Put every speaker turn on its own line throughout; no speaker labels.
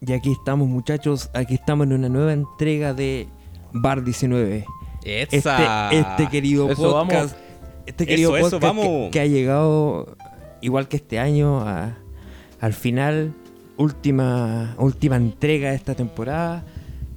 Y aquí estamos muchachos, aquí estamos en una nueva entrega de Bar 19. Este,
Esa.
este querido
Eso,
podcast,
vamos.
este querido
Eso, eso,
podcast que-
vamos.
Que, ha llegado igual que este año a- al final, última última entrega de esta temporada.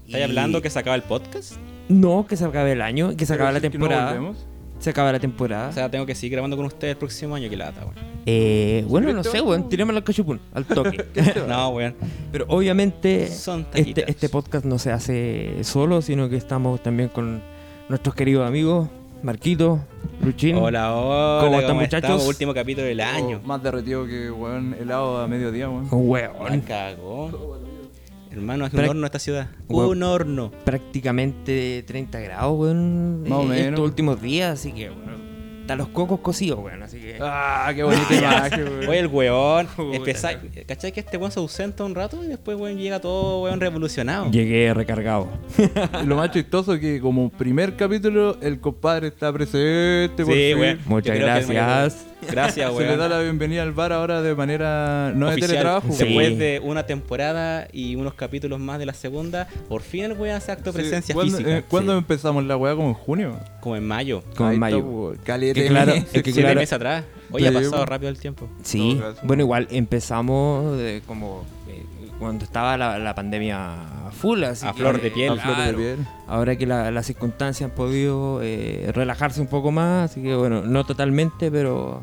¿Estáis
Y-
hablando que se acaba el podcast? no
no que se acabe el año, que se acaba la
Pero si es que no
temporada,
volvemos.
se acaba la temporada.
O sea, tengo que seguir grabando con ustedes el próximo año, que lata, weón.
Eh, bueno, no
Pero
sé,
esto-
weón, tiremos al cachupún, al toque.
No, weón.
Pero obviamente
Son
este,
taquitas.
este podcast no se hace solo, sino que estamos también con nuestros queridos amigos, Marquito, Luchín.
Hola, hola.
¿Cómo están,
estamos?
muchachos?
Último capítulo del año.
Oh, más derretido que weón, helado a mediodía, weón.
Ah,
Oh, Weón.
cagó. Hermano, es un
Pero-
horno esta ciudad.
Weón.
Un horno.
Prácticamente 30 grados, weón.
Más o
eh,
menos.
Estos últimos días, así que, weón. Están los cocos cocidos, weón. Así que.
Ah, qué bonito imagen, weón.
Oye, el weón.
Puta.
Empezá- ¿Cachai que este weón se ausenta un rato y después weón llega todo weón revolucionado?
Llegué recargado.
Y Lo más chistoso es que como primer capítulo el compadre está presente. por
Sí,
fin.
weón.
Muchas
Yo creo que el
gracias.
mayor- Gracias,
Se le da
weón.
la bienvenida al bar ahora de manera no
Oficial.
de teletrabajo.
Sí.
weón.
Después de una temporada y unos capítulos más de la segunda, por fin el weón hace acto de
Sí,
presencia
¿Cuándo,
física.
eh, ¿cuándo
Sí.
empezamos la weá? Como en junio.
Como en mayo.
Como en
Ahí
mayo.
está, weón. Caliente.
Que claro, es que
Siete
claro.
meses atrás. Oye, ha
Sí,
pasado
weón.
rápido el tiempo.
Sí,
Todo caso.
bueno, igual empezamos eh, como eh, cuando estaba la, la pandemia full, así
A
que,
flor de piel.
A flor de
claro,
piel.
Ahora que la- las circunstancias han podido eh, relajarse un poco más, así que bueno, no totalmente, pero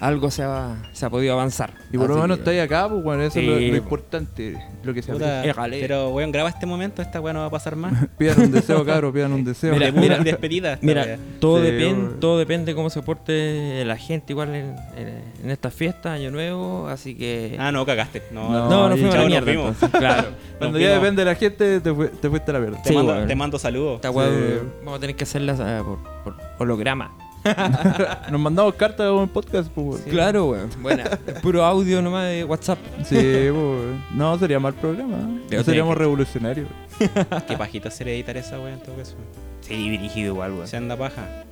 algo se ha, se ha podido avanzar.
Y por lo
Así
menos
que-
estáis acá, pues bueno, eso es lo,
Sí,
lo
po.
importante, lo que se
Puta,
aprecia.
Égale.
pero weón, graba este momento, esta weón no va a pasar más.
Pidan un deseo, cabro, pidan un deseo.
Mira,
Debut,
mira.
despedida. esta
Mira,
weá.
todo,
Sí,
depende,
bueno.
todo depende cómo se porte la gente igual en, en, en estas fiestas, Año Nuevo, así que...
Ah, no, cagaste. No, no,
No,
no, no
y
fuimos a
chao,
la
nos
mierda,
vimos.
entonces, claro.
Cuando
nos
ya
fuimos.
depende de la gente, te, fue- te fuiste a la verga.
Te,
Sí,
mando,
weón.
te mando saludos.
Esta weá,
Sí.
vamos a tener que hacerla ah, por, por holograma.
Nos mandamos cartas o un podcast, pues. weón.
Claro, weón. Buena. Puro audio nomás de WhatsApp.
Sí, pues. weón. No, sería mal programa. ¿eh?
Yo
No seríamos
tengo-
revolucionarios.
Qué pajita sería editar esa weón, en todo caso.
Sí, dirigido igual, weón.
Se anda paja.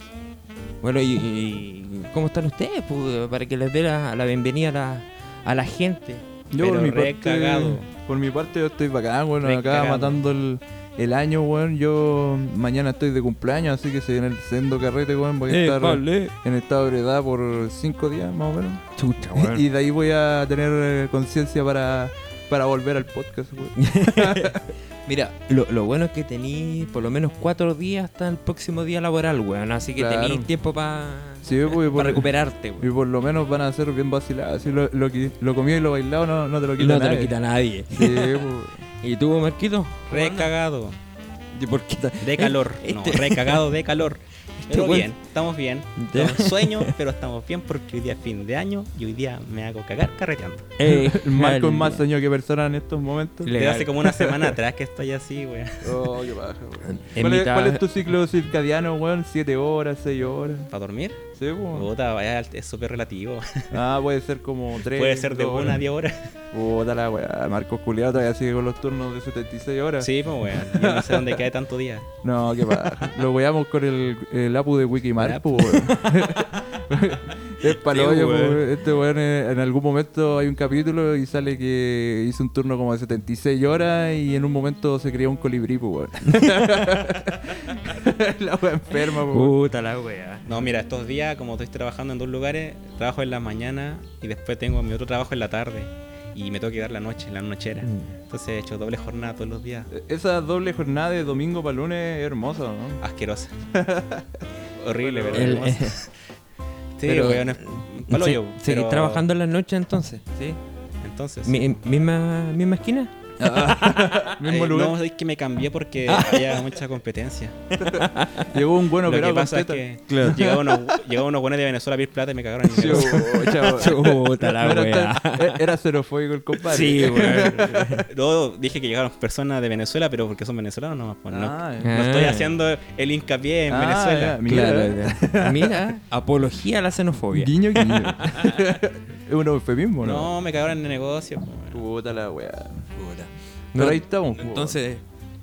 Bueno, y, y- ¿cómo están ustedes? pues, para que les dé la, la bienvenida a la, a la gente.
Yo por
Pero
mi
re
parte.
cagado.
Por mi parte, yo estoy bacán, weón.
Re
Acá
cagado.
matando el, el año, weón. Yo mañana estoy de cumpleaños, así que se viene el sendo carrete, weón. Voy a
Eh,
estar en estado de ebriedad por cinco días, más o menos.
Chucha,
Y de ahí voy a tener eh, conciencia para, para volver al podcast, weón.
Mira, lo, lo bueno es que tenéis por lo menos cuatro días hasta el próximo día laboral, weón. Así que
Claro.
tenéis tiempo para
Sí, pues, porque por-
recuperarte,
Y
weón.
por lo menos van a ser bien vacilados. Así lo, lo, qui- lo comido y lo bailado no, no te lo
Y
quita
no te
nadie.
lo quita nadie.
Sí, pues.
¿Y tú, Marquito?
Re cagado.
¿Y por qué ta-
De calor. No,
Este-
re cagado de calor. Pero
weón-
bien, estamos bien.
Ya.
Tenemos sueño, pero estamos bien porque hoy día es fin de año y hoy día me hago cagar carreteando.
Eh,
El Marco es
al-
más sueño que persona en estos momentos.
Le-
Desde
Legal.
hace como una semana atrás que estoy así, weón.
Oh, qué paja, weón.
En
¿Cuál, es,
mitad-
cuál es tu ciclo circadiano, weón? ¿Siete horas, seis horas?
¿Para dormir?
Sí,
Oh.
pues.
Puta, vaya, es súper relativo.
Ah, puede ser como tres.
Puede ser de
dos
una a
horas.
10 horas.
Puta la weá. Marco Culiado todavía sigue con los turnos de 76 horas.
Sí, pues, weón. Yo no sé dónde cae tanto día.
No, qué paja. Lo weamos con el, el apu de
El
Wikimar,
apu.
pues, weón. Es palo,
Sí, pues, weón.
Este weón eh, en algún momento hay un capítulo y sale que hizo un turno como de 76 horas y en un momento se creó un colibrí, pues, weón. la weá enferma, pues.
Uh.
weón.
Puta la wea.
No, mira, estos días, como estoy trabajando en dos lugares, trabajo en la mañana y después tengo mi otro trabajo en la tarde. Y me tengo que dar la noche, la nochera.
Mm.
Entonces he hecho doble jornada todos los días.
Esa doble jornada de domingo para lunes es hermosa, ¿no?
Asquerosa. Horrible, pero
El- eh,
hermosa. Sí,
pero-
weón, es palollo,
Se- ¿Seguís
pero-
trabajando en la noche entonces? ¿Sí?
Entonces...
Mi- misma, ¿Misma esquina?
Mismo
eh,
lugar. Ah.
No, es que me cambié porque había mucha competencia.
Llegó un buen
Lo que
operado con
pasa es
teta.
que llegaron unos, llegaron unos buenos de Venezuela a pedir plata y me cagaron en el
Sí,
negocio.
weón, chao.
Chuta la
No era
wea.
tan- e- Era xerofóbico el compadre.
Sí, weón.
No, dije que llegaron personas de Venezuela, pero porque son venezolanos nomás, pues, no,
Ah,
No estoy
Ah.
haciendo el hincapié en
Ah,
Venezuela.
ya, mira.
Claro, mira, apología a la xenofobia.
Guiño, guiño. es un eufemismo, ¿no?
No, me cagaron en el negocio. po, weón.
Puta la weá.
No,
Pero ahí estamos. po.
Entonces,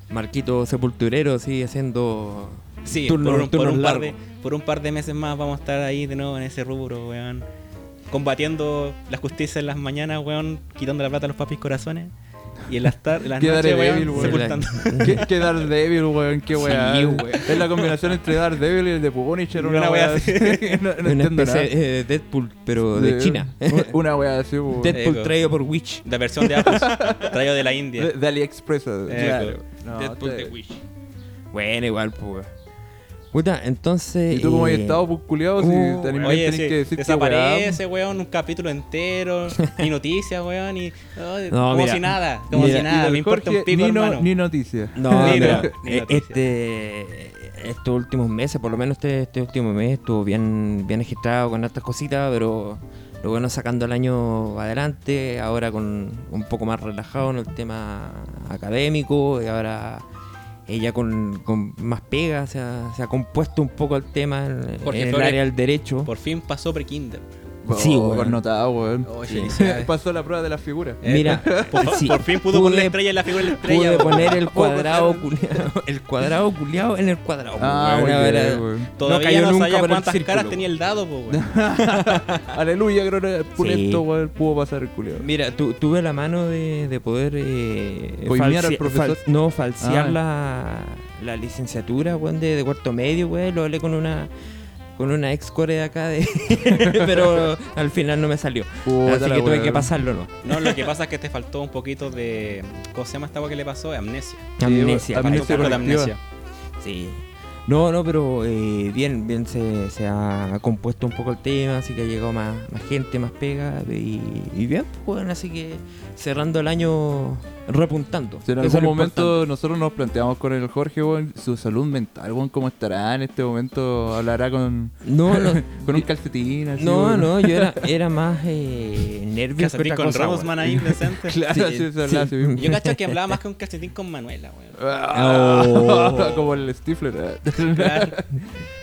Marquito Sepulturero sigue haciendo
Sí,
turno-
por, un, por
turnos
un par de,
largos.
por un par de meses más vamos a estar ahí de nuevo en ese rubro, weón. Combatiendo la justicia en las mañanas, weón. Quitando la plata a los papis corazones. Y en las tardes, las
Qué
noches,
Daredevil,
weón,
weón.
sepultando.
¿Qué, qué Daredevil, weón? ¿Qué weá?
Sí, weón.
Es la combinación entre Daredevil y el de Punisher. Una,
Una weá
weá
así.
así. no, no
una
entiendo
especie
nada.
de Deadpool, pero de, China.
un- Una weá así, weón.
Dead-
Deadpool
Eco.
traído por Witch.
La versión de Apple, traído de la India.
De, de AliExpress. así.
Eh, claro.
No,
Deadpool
te-
de Witch. Bueno, igual, pues. weón. Puta, entonces.
¿Y tú cómo has
eh,
estado, pues, culiado? Si
uh,
te animás,
Oye,
tenés
sí,
que decir qué weá.
desaparece, weón, un capítulo entero, ni noticias, weón, y ay,
No,
como
mira.
si nada, como
Mira,
si nada,
Y
me
del
importa
Jorge,
un pico,
ni, no-
hermano.
ni noticias.
No,
Ni
pero,
no- ni
eh,
noticia.
este, estos últimos meses, por lo menos este, este último mes, estuvo bien, bien agitado con estas cositas, pero lo bueno es sacando el año adelante, ahora con un poco más relajado en el tema académico, y ahora ella con, con más pega, se ha, se ha compuesto un poco el tema en,
Jorge
en el
Flores.
área del derecho.
Por fin pasó pre-Kinder.
Sí,
Oh,
weón.
connotado, weón.
Oye,
Sí.
felicidades.
Pasó la prueba de las figuras.
Eh,
Mira,
por,
sí,
por fin pudo poner
pude-
la estrella en la figura de la estrella.
Pude
weón.
poner el
Puedo
cuadrado
poner-
culiado, el cuadrado culiado en el cuadrado.
Ah,
weón,
muy
ahora-
bien, weón.
Todavía
cayó
no,
nunca
sabía
por el
cuántas caras
círculo.
tenía el dado, po, weón.
Aleluya, creo que por
Sí.
esto, weón, pudo pasar el culiado.
Mira, tu- tuve la mano de, de poder. Eh,
Coimear
false-
al profesor.
fal- no, falsear
Ah.
la, la licenciatura, weón, de, de cuarto medio, weón. Lo hablé con una. Con una ex core de acá, de pero al final no me salió.
Puta
Así
la
que tuve
weá.
que pasarlo, ¿no?
No, lo que pasa es que te faltó un poquito de. ¿Cómo se llama esta agua que le pasó? Amnesia.
Sí,
Amnesia.
Faltó un
weón, amnesia
poco de
colectiva.
amnesia.
Sí. No, no, pero eh, bien, bien se, se ha compuesto un poco el tema, así que ha llegado más, más gente, más pega y, y bien, pues, weón, así que cerrando el año repuntando.
Si en
Eso
algún
es lo
momento
importante.
nosotros nos planteamos con el Jorge, weón, su salud mental, weón, cómo estará en este momento, hablará con,
No, no,
con un calcetín, así,
No,
weón.
no, yo era, era más eh, nervio que
Casetín
otra
con
cosa,
Ramos,
weón.
man, ahí presente.
Claro,
Sí,
así se habla,
sí.
así mismo.
Yo cacho que hablaba más que un casetín con Manuela, weón.
Ah,
Oh.
Como el Stifler. eh.
Claro.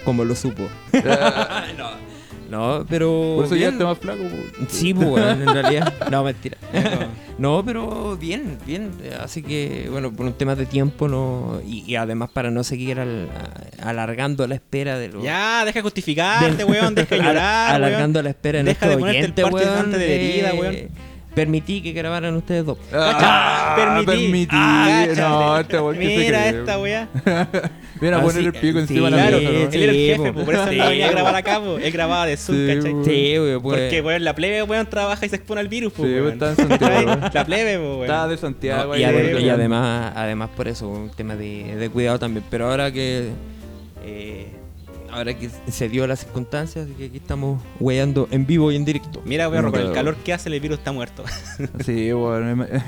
Como lo supo. Ah, no, no, pero...
Por eso ya
bien.
está más flaco. weón.
Sí, pues, weón, en realidad. No, mentira. No, pero bien, bien. Así que, bueno, por un tema de tiempo no y, y además para no seguir al- alargando la espera de los...
Ya, deja de justificarte, weón, deja de
Al-
llorar. weón.
alargando la espera de
Deja de
nuestro
ponerte el
oyente,
parche
weón,
delante de la herida,
eh,
weón.
Permití que grabaran ustedes dos.
Ah,
Cacha, permití.
Ah,
Cáchate.
no, este weón que se
Mira
cree,
esta weá.
Viene a
Ah,
poner
sí,
el pico
eh,
encima de la
sí,
Claro,
mesa, weón.
él era el
Sí,
jefe,
po.
po, por eso él no
Sí,
venía a
po.
grabar acá, po. Él grababa de Zoom,
Sí,
¿cachai?
po.
Sí, weón, pues...
Porque, weón, la plebe, weón, trabaja y se expone al virus, po,
Sí,
weón.
está en Santiago, weón.
La plebe, po, weón.
Estaba de Santiago.
No,
ahí,
y, adem-
weón.
y además, además por eso, un tema de, de cuidado también. Pero ahora que eh, ahora que se dio las circunstancias, así que aquí estamos weyando en vivo y en directo.
Mira, weón,
No,
con el
claro.
calor que hace, el virus está muerto.
Sí, weón.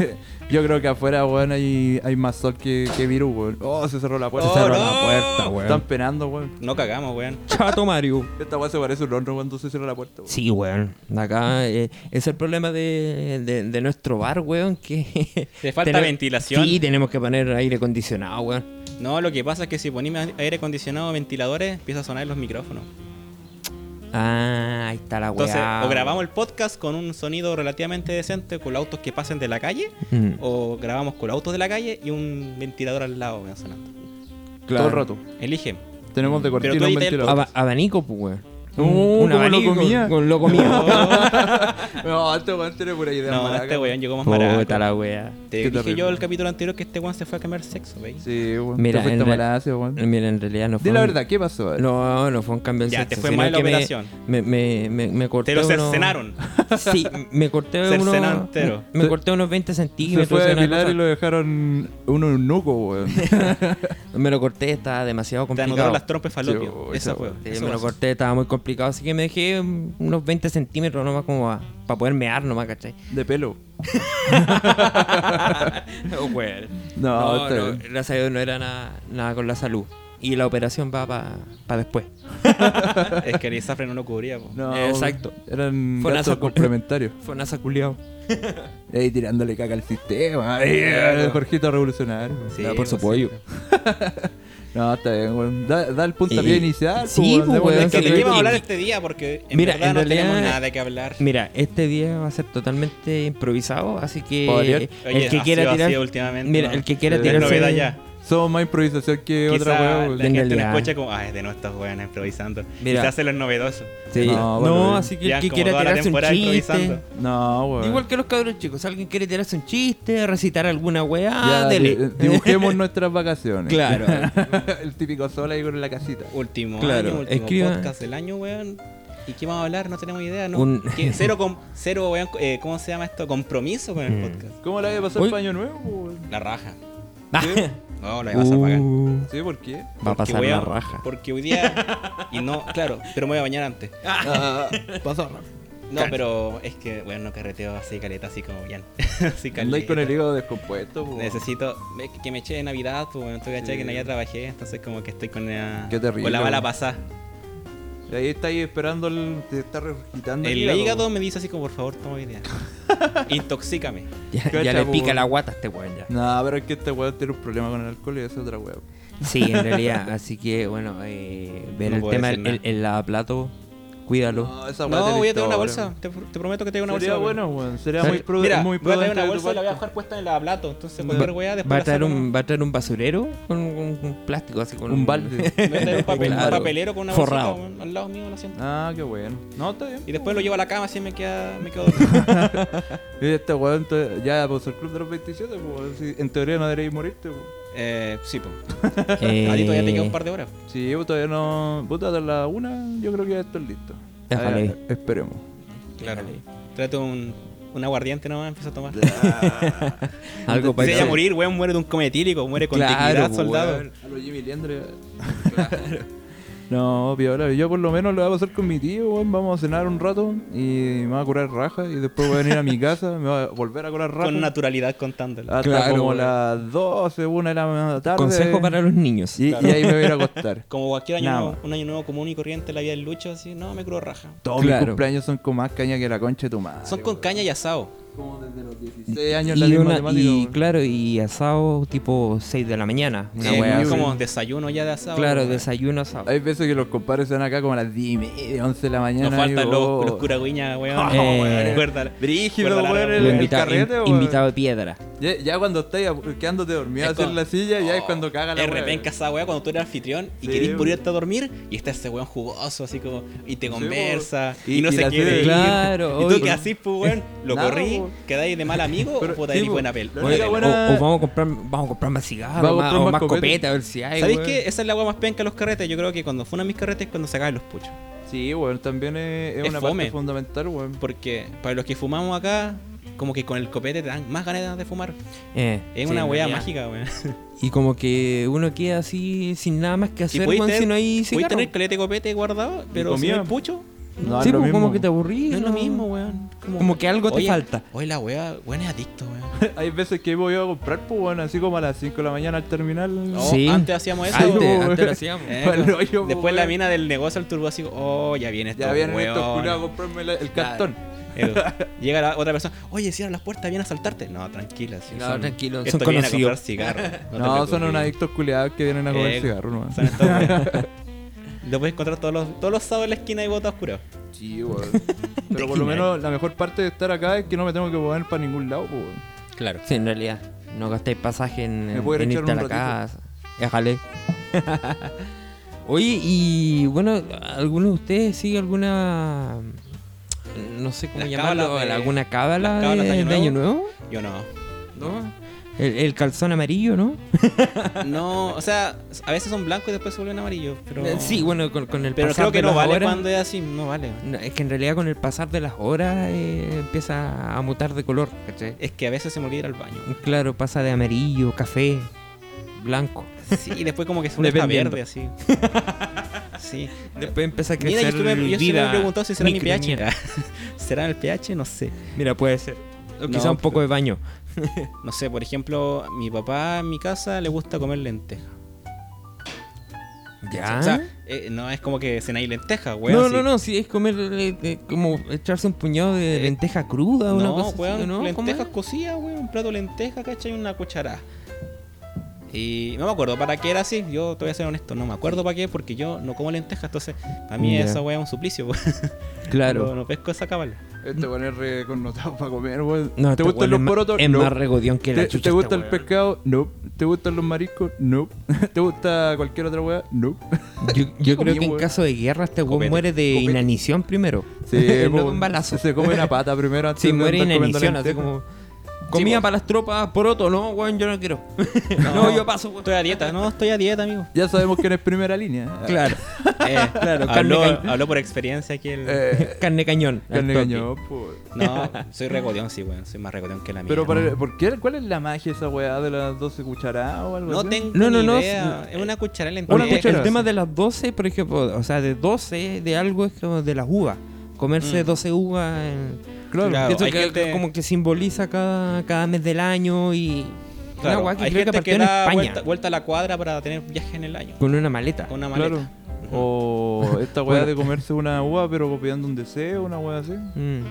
Yo creo que afuera, weón, hay, hay más sol que, que virus, weón. Oh, se cerró la puerta.
Oh,
Se cerró
no.
la
puerta,
puerta. Están penando, weón.
No cagamos, weón.
Chato Mario.
Esta weón se parece un honro cuando se cierra la puerta, weón.
Sí, weón. Acá eh, es el problema de, de- de nuestro bar, weón, que...
Le falta ventilación.
Sí, tenemos que poner aire acondicionado, weón.
No, lo que pasa es que si ponemos aire acondicionado, ventiladores, empieza a sonar en los micrófonos.
Ah, ahí está la weá.
Entonces, o grabamos el podcast con un sonido relativamente decente con los autos que pasen de la calle,
Mm,
o grabamos con los autos de la calle y un ventilador al lado, weón, sonando.
claro.
Todo el rato.
Elige.
Tenemos de
Pero tú
cortina un
edita el
ventilador.
Aba- abanico, pues, weón.
Uh, ¿cómo lo comía?
Con lo comía.
No, este weón tiene pura idea.
No,
maraca,
este weón llegó más
Puta
maraco.
la weá.
Te
Qué
dije
terrible.
yo el capítulo anterior que este weón se fue a cambiar sexo, ¿veis?
Sí, weón.
Mira,
Te fuiste
en
a
real-
Malasia, weón.
Eh, Mira, en realidad no fue.
Dile la
un-
verdad, ¿qué pasó? weón?
No, no fue un cambio de
Ya,
sexo,
te fue
sino
mal la
que me-
operación.
Me, me, me, me corté.
Te lo
unos-
cercenaron.
Sí, me corté unos.
Cercenaron entero.
Me corté unos 20
Se
centímetros.
fue a
una
depilar
cosa.
y lo dejaron un eunuco, weón.
Me lo corté, estaba demasiado
Te
complicado.
anotaron las trompas falopio.
Sí,
Esa fue.
weón.
Sí,
eso
me lo
pasó.
corté, estaba muy complicado. Así que me dejé unos 20 centímetros nomás, como para poder mear nomás, ¿cachai?
De pelo.
Oh, weón. no,
No, este está
no,
bien.
gracias a Dios no era nada, nada con la salud. Y la operación va para después.
Es que el Isafre no lo cubría, po.
No,
Exacto.
Eran
Fue una
gastos
sacu-
complementarios.
Fue nasa culiao.
Ey, tirándole caca al sistema. Ey, el Jorgito revolucionario.
Sí,
por
pues,
su pollo.
sí.
No, está bien, weón. Da, da el puntapié
Eh,
inicial.
sí, pues,
démosle
weón,
Es que
Sí,
¿De qué vamos a
y-
hablar este día? Porque en
Mira,
verdad
en
no
realidad-
tenemos nada que hablar.
Mira, este día va a ser totalmente improvisado, así que
Podría.
el que quiera tirar,
últimamente.
mira,
¿no?
el que quiera
Es
Es
tirarse,
novedad ya.
Somos más improvisación que
Quizá
otra weá.
la
weón.
Venga,
gente no
ya.
escucha como, ah, es de no estos weones improvisando.
Mira.
Quizás se los novedosos.
Sí.
No,
No,
bueno,
así que el
llevan
que
como
quiera
toda la
tirarse un
temporada
chiste.
improvisando.
No, weón.
Igual que los cabros chicos, alguien quiere tirarse un chiste, recitar alguna
Ya,
weá,
di-
dele.
eh, dibujemos nuestras vacaciones.
Claro.
el típico sol ahí con la casita.
Último
Claro,
año, último
escriba-
podcast del año, weón. ¿Y qué vamos a hablar? No tenemos idea, ¿no?
Un-
¿Qué? Cero, com- cero weón, eh, ¿cómo se llama esto? Compromiso con el
Mm.
podcast.
¿Cómo la había pasado
Uy.
el paño nuevo? weón?
La raja.
¿Sí?
No, la vas a pagar.
Uh,
¿Sí? ¿Por qué?
va a
Porque,
pasar la
weón,
raja.
Porque hoy día. Y no, claro, pero me voy a bañar antes.
Ah, Pasó.
No, pero es que, bueno, no carreteo así caleta, así como ya. así
Andáis
caleta.
con el hígado descompuesto. po.
Necesito me- que me eche de Navidad, pues, bueno, estoy cachai
Sí.
que en Navidad trabajé, entonces como que estoy con la,
Qué terrible,
con la bala
weón.
pasada.
Y Ahí estáis esperando, el, te está regurgitando
El hígado me dice así como, por favor, toma idea. Intoxícame.
Ya,
Cacha,
ya le
po,
pica
weón.
la guata a este weón ya.
No, nah, pero es que este weón tiene un problema con el alcohol y esa es otra weón.
Sí, en realidad. Así que, bueno, eh, ver
No
el
puedo
tema
decir
del el, el lavaplato, cuídalo.
No, esa weá
No,
tiene
voy a traer una
historia.
bolsa, te, te prometo que te una
Sería
bolsa. weón.
bueno, weón. Sería
Sal-
muy, prude-
Mira, voy
muy
a
prudente.
traer una
de tu
bolsa y la voy a
parte.
dejar puesta en la plato, entonces
Va-
cualquier weá después
Mm. va, a
la
traer
saco,
un,
¿no?
va a traer un basurero con un, un plástico así con
Un balde.
Voy a traer un, papel- un
Claro.
papelero con una
Forrado.
bolsita, weón, al lado mío, lo siento.
Ah, qué bueno. No, está bien.
Y después lo llevo a la cama, así me queda, me quedo dormido.
Y este weón te- ya pasó el club de los 27, pues, weón. Sí, en teoría no deberíais morirte, pues.
eh, sí, pues.
Eh,
A ti todavía te queda un par de horas.
Sí, vos todavía no. Puta, a la una, yo creo que ya estoy listo.
Déjale.
A ver, esperemos.
Claro. Trate un, un aguardiente nomás, empieza a tomar.
Eh, Algo
Se
para
vaya a morir, weón, muere de un cometílico, muere con
Claro,
dignidad,
pues,
soldado.
weón.
A lo Jimmy Liendre. No, piola, yo por lo menos lo voy a pasar con mi tío, weón. Vamos a cenar un rato y me va a curar raja y después voy a venir a mi casa, me va a volver a curar raja.
Con naturalidad contándolo.
Hasta
Claro,
como
weón.
las 12, una de la tarde.
Consejo para los niños.
Y, y ahí me voy a ir a acostar.
Como cualquier año
Nada
nuevo,
más.
un año nuevo común y corriente, la vida del lucho, así, no, me curo raja.
Todos mis
Claro.
cumpleaños son con más caña que la concha de tu madre.
Son con
weón.
caña y asado.
Como desde los 16 años la
Y,
misma
una-
temática,
y,
weón.
claro, y asado tipo 6 de la mañana. Una
Sí,
weá
es
así.
como desayuno ya de asado.
Claro,
weón.
desayuno asado.
Hay veces que los compadres se van acá como a las 10 y media, 11 de la mañana.
No faltan
y,
los,
oh,
los curagüiñas, weón.
Eh,
weón, recuérdala.
Brígido,
Recuérdala,
weón,
Lo
el
invita-
carrete,
in-
weón.
invitado de piedra.
Ya, ya cuando estáis a- quedándote dormido así en la silla, ya oh, es cuando caga la
Es
weá.
repenca esa weá cuando tú eres anfitrión y
Sí,
querís
weón.
por irte a dormir y está ese weón jugoso así como y te conversa
weón.
y,
Y-
no
y
se
la
quiere
serie-
ir.
Claro,
y tú
oye.
que así pues weón lo
Nada,
corrí
weón.
quedáis de mal amigo
Pero,
o puta
sí,
eres
po,
buena pel
la
buena
única
pela.
buena-
O, o vamos a comprar vamos a comprar más cigarros
Vamos a
más-
comprar
o
más
más
copete.
copeta a ver si hay
¿Sabéis
weón.
qué? Esa es la weá más penca de los carretes. Yo creo que cuando fueron mis carretes es cuando sacaban los puchos.
Sí, weón, también es, es
Es
una
fome.
parte fundamental, weón.
Porque para los que fumamos acá, como que con el copete te dan más ganas de fumar.
Eh,
Es
sí,
una
en
weá
realidad.
mágica, weón.
y como que uno queda así sin nada más que
Y
hacer
podéis
weón, si no hay
tener, podéis
cigarro
tener caleta de copete guardado, pero si
comida.
no hay pucho,
No, es
sí
lo
pues, como
mismo.
que te aburrís
no es lo mismo, weón.
Como que algo te
Oye,
falta.
Oye, la weá, weón es adicto, weón.
Hay veces que voy a comprar, pues, weón, así como a las 5 de la mañana al terminal.
No,
Sí.
Oh,
pues,
Antes hacíamos eso.
antes,
weón.
antes lo hacíamos
Eh,
Pa'l
weón.
hoyo,
Después
weón.
la mina del negocio al turbo así, oh, ya viene esto.
Ya vienen estos
weón.
culiados a comprarme la- el
Claro.
cartón.
Llega la otra persona, oye, cierra las puertas, viene a asaltarte. No, tranquila. sí,
No, tranquilo,
Esto
son
viene a comprar
conocidos.
cigarros. te
No, son
preocupes.
unos adictos culiados que vienen a comer
Eh,
cigarro, nomás.
Son estos weones. Lo puedes encontrar todos los, todos los sábados en la esquina y bota oscura.
Sí, weón. Pero por lo menos la mejor parte de estar acá es que no me tengo que mover para ningún lado, pues, weón.
Claro.
Sí, en realidad. No gastáis pasaje en,
Me puedo ir a
en
echar
irte a
un
la casa.
ratito.
Déjale. Oye, y bueno, ¿alguno de ustedes sigue alguna. No sé cómo
Las
llamarlo,
cábalas de-
alguna cábala
las cábalas
de,
de Año
de Año Nuevo?
Yo no.
¿No? El, el calzón amarillo, ¿no?
No, o sea, a veces son blancos y después se vuelven amarillos. Pero...
Eh, Sí, bueno, con, con el
Pero
pasar
creo que
de
no
las
vale
horas-
cuando es así, no vale.
No, es que en realidad con el pasar de las horas eh, empieza a mutar de color, ¿cachai?
Es que a veces se me olvida ir al baño.
Claro, pasa de amarillo, café, blanco.
Sí, y después como que se vuelve hasta
Dependiendo.
verde así. Sí.
Después empieza a crecer
Mira, yo, estuve- yo siempre me
vida
he preguntado si será mi
micro,
pH. ¿Será el pH? No sé.
Mira, puede ser. O
No,
quizá un poco de baño.
No sé, por ejemplo, mi papá en mi casa le gusta comer lentejas.
¿Ya?
O sea, eh, no es como que cenáis lentejas, weón.
¿Ah? no,
sí.
no, no, si es comer eh, eh, como echarse un puñado de
Eh,
lenteja cruda o una
No,
cosa así,
weón,
¿no? ¿Cómo
lentejas
es?
cocidas, weón, un plato de lentejas, ¿cachai? Una cucharada. Y no me acuerdo para qué era así, yo te voy a ser honesto, no me acuerdo para qué, porque yo no como lentejas, entonces para mí
Ya.
esa weá es un suplicio, weón.
Claro.
No, no pesco esa cabala.
Este weón es re connotado para comer, weón.
Mm. No,
¿Te
este
gustan
weón
los
es ma-
porotos?
Es
No.
más regodión que la
¿Te,
chucha.
te
este
gusta el
weón.
pescado? No. ¿Te gustan los mariscos? No. ¿Te gusta cualquier otra weá? No.
Yo, yo
comí,
creo que en
weón?
caso de guerra este weón
Copete, pues,
muere de
copete.
inanición primero.
po,
no con balazo.
Se come una pata primero antes
Sí,
de
muere
andar comiendo
inanición, así
lentejas.
como... Comida
pues.
para las tropas, poroto, no, weón, yo no quiero. No, yo paso, weón.
Estoy a dieta, no, estoy a dieta, amigo.
Ya sabemos quién es primera línea.
Claro,
Eh,
Claro, carne
habló,
cañón.
habló por experiencia aquí el.
Eh,
carne cañón. al
carne
toque.
cañón, po.
No, soy regodión, sí, weón. Soy más regodión que la mía.
Pero para, ¿por qué? ¿Cuál es la magia de esa weá de las 12 cucharadas o algo
No
así?
tengo
No, no,
ni
no,
idea.
sí.
Es una cuchara en la
Porque
Una
entrega.
cuchara.
El tema de las 12, por ejemplo, o sea, de 12 de algo es como de las uvas. Comerse
Mm.
12 uvas. en-
Claro.
Claro.
Pienso
hay
que
gente-
como que simboliza cada, cada mes del año y.
Claro,
una weá que
hay
creo que
gente
partió
que
en
da
España.
vuelta, vuelta a la cuadra para tener viajes en el año.
Con una maleta.
Con una maleta.
Claro. O esta weá
Bueno.
de comerse una uva pero copiando un deseo, una weá así.
Mm.
Mm,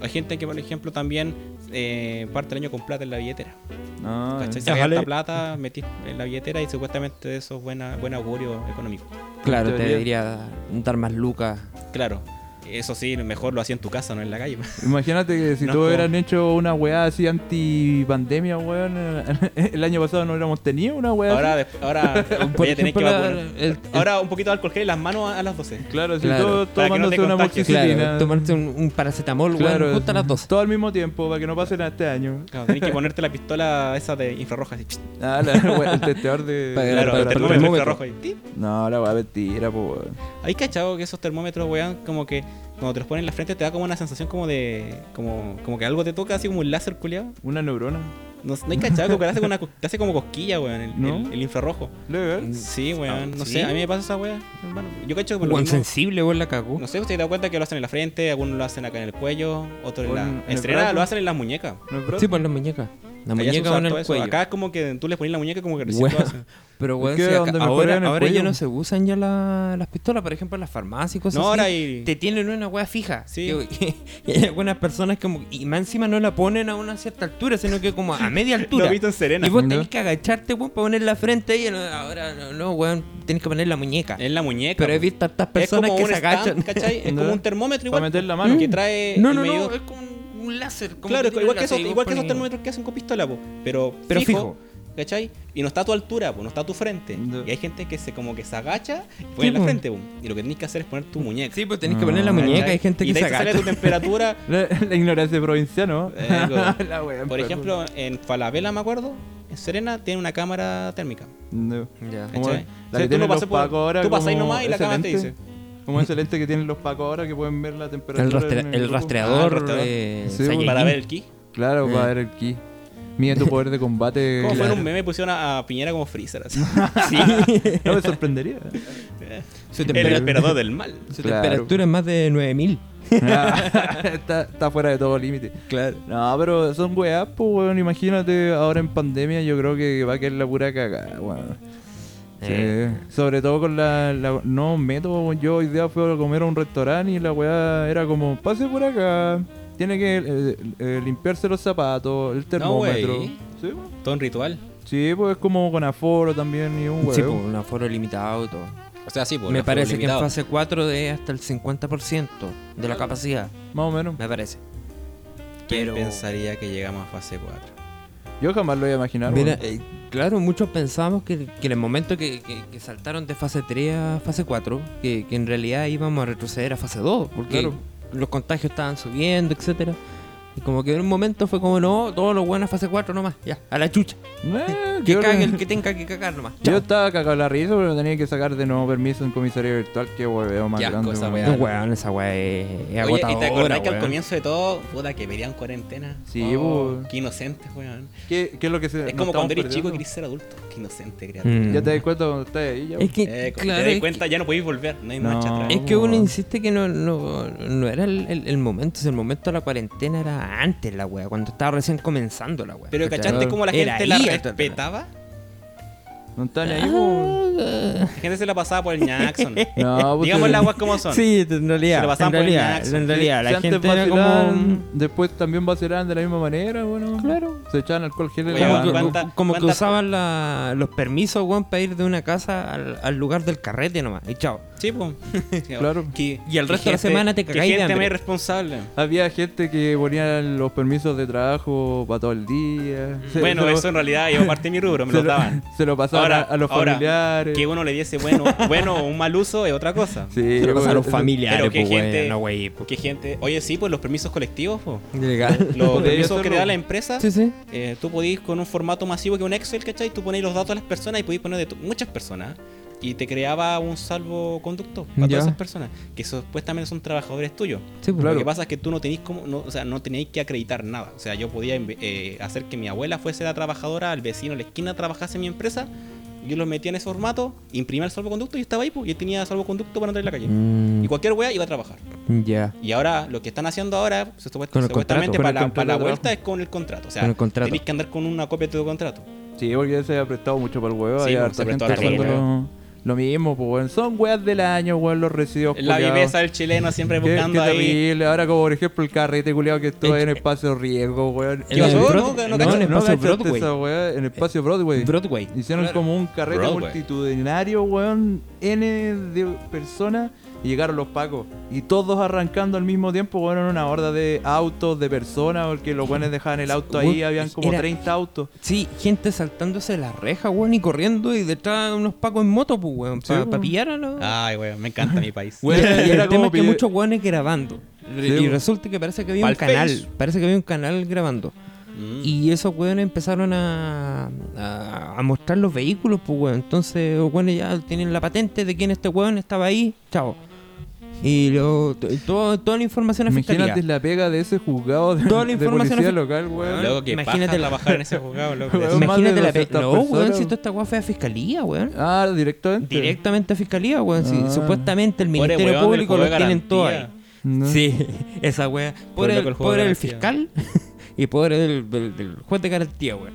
Hay gente que, por ejemplo, también eh, parte el año con plata en la billetera.
Ah,
¿Cachai?
eh.
Sacas
Ajale.
esta plata, metís en la billetera y supuestamente eso es buena, buen augurio económico.
Claro, te
Teoría.
debería dar más lucas.
Claro, eso sí, mejor lo hacía en tu casa, no en la calle.
Imagínate que si
No,
todos
como-
hubieran hecho una weá así anti-pandemia, weón, eh, el año pasado no hubiéramos tenido una weá
Ahora,
así.
desp- ahora
Por
voy a tener que
ejemplo, la-
vacunar.
el-
Ahora un poquito de alcohol gel en las manos a, a las 12.
Claro, si
Claro.
todos
Para que no te
tomándose una
contagies.
moxicilina.
Claro, tomarse un, un paracetamol, weón,
Claro,
justo a las 12.
Todo al mismo tiempo, para que no pasen hasta este año.
Claro, tenés que ponerte la pistola esa de infrarroja. Así.
Ah, la, weá, el testeador de...
Para-
Claro,
para-
el
para-
termómetro
termómetro.
infrarrojo. ahí. Tip.
No, la weá mentira, po, weón.
¿Hay cachado que esos termómetros, weón, como que cuando te los ponen en la frente te da como una sensación como de. como, como que algo te toca, así como un láser culiado?
Una neurona.
No, no hay cachado, como que te hace, una, cos- te hace como cosquilla, weón, el,
¿No?
el- el infrarrojo.
Legal.
Sí, weón,
Ah,
no
¿sí?
sé, a mí me pasa esa weá, hermano. Yo cacho que por lo
Weón,
mismo-
sensible, weón, la cagó.
No sé, ustedes se dado cuenta que lo hacen en la frente, algunos lo hacen acá en el cuello, otros en
O
la.
en- en el
En Serena
brazo.
lo hacen en las muñecas.
¿No es verdad?
Sí, pues las muñecas. La
Allá se
muñeca
usa
o en
todo
el
eso.
cuello.
Acá es como que tú les pones la muñeca como que recién
Bueno,
lo hacen.
pero bueno,
que
si acá-
donde me
ahora,
ponían el
ahora ya
cuello.
no se usan ya la- las pistolas, por ejemplo, en las farmacias y cosas
No,
así.
ahora hay-
Te tienen una hueá fija.
Sí.
Que- y hay algunas personas como... Y más encima no la ponen a una cierta altura, sino que como a media
Lo
altura.
he visto en Serena.
y vos
¿no?
tenés que agacharte, weón, para poner la frente ahí. y no- Ahora, no, no, weón, tenés que poner la muñeca.
En la muñeca.
Pero he
weón.
visto a estas
Es como
personas que
un
se
stand,
agachan.
¿cachai? Es
¿No?
como un termómetro
Para
igual.
meter la mano.
Que trae.
No,
el
no, no,
medidor.
es como un un láser. como
Claro,
que tiene
igual,
un
que
láser
esos,
y vos
igual que esos
pones-
termómetros que hacen con pistola, po, pero,
Pero
fijo,
fijo.
¿Cachai? Y no está a tu altura, po, no está a tu frente.
No.
Y hay gente que se como que se agacha y pone en la
po.
frente, po. Y lo que tenés que hacer es poner tu muñeca.
Sí, pues tenés que
Ah.
poner la
¿cachai?
muñeca. Hay gente
y
que
de
se
ahí te sale
agacha.
tu temperatura.
La, la ignorancia provinciana,
Eh,
¿no?
go.
la weá,
Por
perro.
ejemplo, en Falabella, me acuerdo, en Serena tiene una cámara térmica.
No.
Ya.
¿Cachai?
Como
O
la
sea,
que
tú
tienen
lo
los
pasas por-
pacos ahora.
tú pasas ahí
como
nomás y la
ese
cámara te
lente.
dice.
Como ese lente que tienen los pacos ahora que pueden ver la temperatura.
El, rastre-
en
el
grupo.
rastreador,
Ah, el rastreador.
eh,
Sí, bueno.
Saiyajin.
Para ver el ki.
Claro,
Eh.
para ver el ki. Mide tu poder de combate.
Como fue en
Claro.
un meme pusieron a, a Piñera como freezer. así.
No me sorprendería.
Su,
el
tempera-
emperador del mal.
su
Claro.
temperatura es más de 9000.
Ah, está, está fuera de todo límite.
Claro.
No, pero son weas, pues, weón. Imagínate, ahora en pandemia yo creo que va a quedar la pura cagada, weón. Sí. Sobre todo con la, la- No, método, weón. yo hoy día fui a comer a un restaurante y la weá era como, pase por acá. Tiene que eh, eh, limpiarse los zapatos, el termómetro.
wey.
sí, weón.
Todo un ritual.
Sí, pues es como con aforo también y un
Sí,
huevo.
pues, un aforo limitado y todo.
O sea, sí, po,
me
aforo
parece que en
limitado.
fase 4 es hasta el 50% de la capacidad,
Más o menos.
me parece.
¿Quién
Pero-
pensaría que llegamos a fase 4?
Yo jamás lo iba a imaginar.
Mira,
weón.
eh, claro, muchos pensamos que, que en el momento que, que- que saltaron de fase 3 a fase 4, que, que en realidad íbamos a retroceder a fase 2, porque
Claro.
los contagios estaban subiendo, etcétera Y como que en un momento fue como, no, todos los buenos a fase 4 nomás, ya, a la chucha.
Eh,
Que
yo-
cague el que tenga que cagar nomás.
Yo estaba cagado la risa, pero tenía que sacar de nuevo permiso en comisaría virtual. Qué hueveo más
Qué asco
grande.
esa
weón.
weá.
No, weón, esa weá es, es
Oye,
agotadora,
¿y te acordás que al
weón.
comienzo de todo, puta, que pedían cuarentena? Oh,
Sí, po.
Qué inocentes, weón.
¿Qué, qué es lo que se.?
Es
nos
como cuando
estamos
eres chico y
perdiendo?
querés ser adulto. Qué inocente, criatura.
Mm.
Ya te das cuenta cuando estás ahí. Ya,
Es que,
Eh, cuando
claro,
te das
es
cuenta,
que,
ya no podéis volver, no hay
No.
marcha atrás.
es que uno insiste que no, no, no era el, el- el momento, si el momento de la cuarentena era antes la weá, cuando estaba recién comenzando la weá.
Pero
¿cachai?
¿cachaste cómo la
Era
gente la
ahí,
respetaba?
No está
Ah.
ni ahí, po.
La gente se la pasaba por el Jackson.
Eh,
No, pues,
Digamos
sí.
las guas como son.
Sí, en
Se lo
realidad. En
pasaban por el
realidad,
Jackson.
en realidad
Si
la
antes
gente era
vacilaban,
como.
Después también vacilaban de la misma manera, bueno.
Claro.
Se echaban alcohol gel en
Oye,
la
Como que,
¿cuánta-
mano.
cuánta-
como que
cuánta-
usaban la- los permisos, weón, para ir de una casa al, al lugar del carrete nomás. Y chao.
Sí, po.
Claro.
Que-
Y el resto
que
de la
gente-
semana te
que
cagáis de
gente
hambre.
más irresponsable.
Había gente que ponía los permisos de trabajo para todo el día. Se-
Mm. bueno,
se lo-
eso en realidad yo partí mi rubro, me
se
lo daban.
Se lo pasaban a, a los
ahora,
familiares.
Que uno le diese bueno, bueno o un mal uso es otra cosa.
Sí,
Se lo
bueno,
pasaron
eso-
familiares,
pero que
pues, weón.
gente-
No, wey. pues.
Que gente. Oye, sí, pues los permisos colectivos, po.
Ilegal.
Los
Podría
permisos que
hacerlo.
te da la empresa.
Sí, sí.
eh, tú podís con un formato masivo que un Excel, ¿cachai? Tú ponéis los datos de las personas y podís poner de tu- muchas personas. Y te creaba un salvoconducto para
Ya.
todas esas personas. Que supuestamente son trabajadores tuyos.
Sí, pues.
Claro.
Lo que pasa es que tú no tenéis como, no, o sea, no tenéis que acreditar nada. O sea, yo podía inve- eh, hacer que mi abuela fuese la trabajadora, el vecino de la esquina trabajase en mi empresa. Yo los metía en ese formato, imprimía el salvoconducto y estaba ahí, pues, y tenía salvoconducto para entrar en la calle.
Mm,
Y cualquier wea iba a trabajar.
ya.
Y ahora lo que están haciendo ahora, se- supuest-
Con el
supuestamente
contrato,
para,
con
la,
el
para la
contrato de
vuelta es con el contrato. O sea,
Con el contrato.
tenéis que andar con una copia de tu contrato.
Sí, porque se ha prestado mucho para el huevo.
Sí,
hay
pues,
harta
se
gente
prestó
harta
usando
gente.
lo, lo mismo, pues, weón. Son weas del año, weón, los residuos.
La
culiaos.
viveza del chileno siempre
Qué- Qué,
buscando ahí.
terrible. Ahora, como por ejemplo, el carrete culiado que estuvo ahí en
Eh,
espacio riesgo, weón.
¿Qué
Y-
pasó? No,
¿No-
no,
no-
en
no
espacio
cachaste
Broadway. Eh,
esa wea? en espacio Broadway.
Broadway.
Hicieron
Claro.
como un carrete
Broadway.
multitudinario, weón. N de personas. Y llegaron los pacos. Y todos arrancando al mismo tiempo, weón, en una horda de autos, de personas. Porque los weones dejaban el auto ahí.
Weón,
Habían como
era-
30 autos.
Sí, gente saltándose la reja, weón, y corriendo y detrás unos pacos en moto, pues, weón,
Sí,
para
weón. Ah,
pillar a los...
Ay, weón, me encanta mi país.
Y-
Weón,
y
era
el tema
como
es que
pide-
muchos weones grabando. y
weón.
resulta que parece que había
Pa'l
un canal,
Face.
parece que había un canal grabando.
Mm.
Y esos weones empezaron a, a, a mostrar los vehículos, pues, weón. Entonces, los weones ya tienen la patente de quién este weón estaba ahí, chao. Y lo, t- todo- toda la información a fiscalía.
Imagínate la pega de ese juzgado de,
Toda la
de
información
policía
ofi-
local, weón.
Luego
Imagínate
que imagínate
la-
trabajar en ese juzgado, loco.
Weón,
Eso-
más de
Imagínate la... pe-
200
No, weón,
personas.
si toda esta weá fue a fiscalía, weón.
Ah, directamente.
Directamente a fiscalía, weón. Si
Ah.
supuestamente el
Pobre
Ministerio
weón, el
Público
juego
lo
de
tienen todo ahí.
garantía.
¿No?
Sí, esa weá. Pobre,
loco,
el,
el juego de
pobre el
garantía.
fiscal y pobre del, del- del juez de garantía, weón.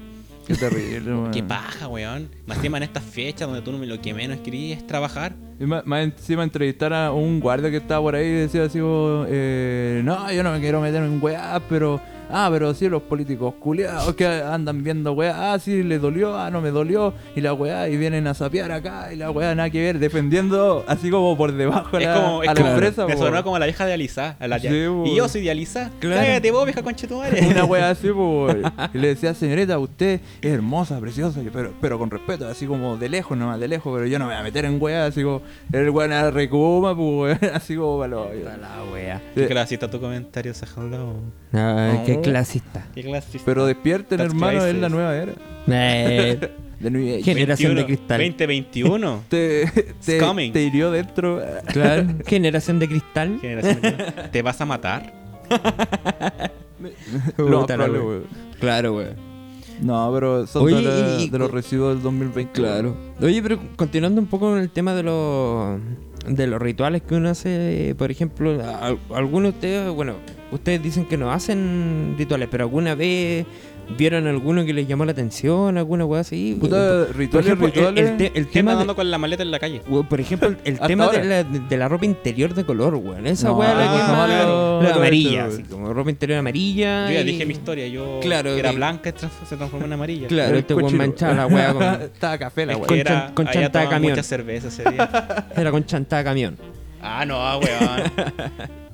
Qué terrible, weón.
Qué paja, weón. Más encima en estas fechas donde tú no me lo que menos querías es trabajar.
Y más, más encima entrevistar a un guardia que estaba por ahí y decía así, como, eh, no, yo no me quiero meter en weá, pero, ah, pero sí, los políticos culiados que andan viendo weá, ah, sí, le dolió, ah, no me dolió, y la weá, y vienen a sapear acá, y la weá, nada que ver, defendiendo así como por debajo a
es
la,
como, es
a la
como-
empresa,
me
po.
sonó como la vieja de Alizá. a la-
Sí,
y
weón.
yo soy de Alizá.
Claro.
Cállate vos, vieja conchetumare.
Una wea así, pues. Y le decía, señorita, usted es hermosa, preciosa, y- pero, pero con respeto, así como de lejos nomás, de lejos, pero yo no me voy a meter en wea, así como, el weón era recuma, pues, weón, así como para los hoyos.
la wea.
Qué clasista tu comentario, Sajalo.
qué clasista.
Qué clasista.
Pero despierten,
That's
hermano, es
crisis.
la nueva era.
Eh,
De New Age.
generación de
21,
cristal.
2021.
Te, te,
It's coming.
te hirió dentro.
Claro. Generación de cristal.
Generación de- ¿Te vas a matar?
Lo más
Puta la
probable,
wea.
weón.
Claro, weón.
No, pero son
Oye,
de, la-
y- y-
de los residuos del 2020.
Claro. Oye, pero continuando un poco con el tema de los de los rituales que uno hace, por ejemplo, al- algunos de ustedes, bueno, ustedes dicen que no hacen rituales, pero alguna vez vieron alguno que les llamó la atención, alguna weá así.
Puta,
Por
rituales,
ejemplo, el-
rituales.
El, te- el
¿Qué
tema de-
andando con la maleta en la calle?
weón, por ejemplo, el- el
Hasta
tema de
ahora.
la, de la ropa interior de color, weón. Esa
No,
weá es la que
ah,
más-
claro.
la amarilla,
Claro.
así como ropa interior amarilla.
Yo ya
y-
dije mi historia, yo
Claro,
era
de-
blanca y trans- se transformó en amarilla.
Claro,
El
este weón
cochino.
manchaba la weá con,
Estaba café la
Es que
Con
wea.
era,
chan- con
había
chanta de
tomado
camión.
mucha cerveza ese día.
era con chantada de camión.
ah, no, weón.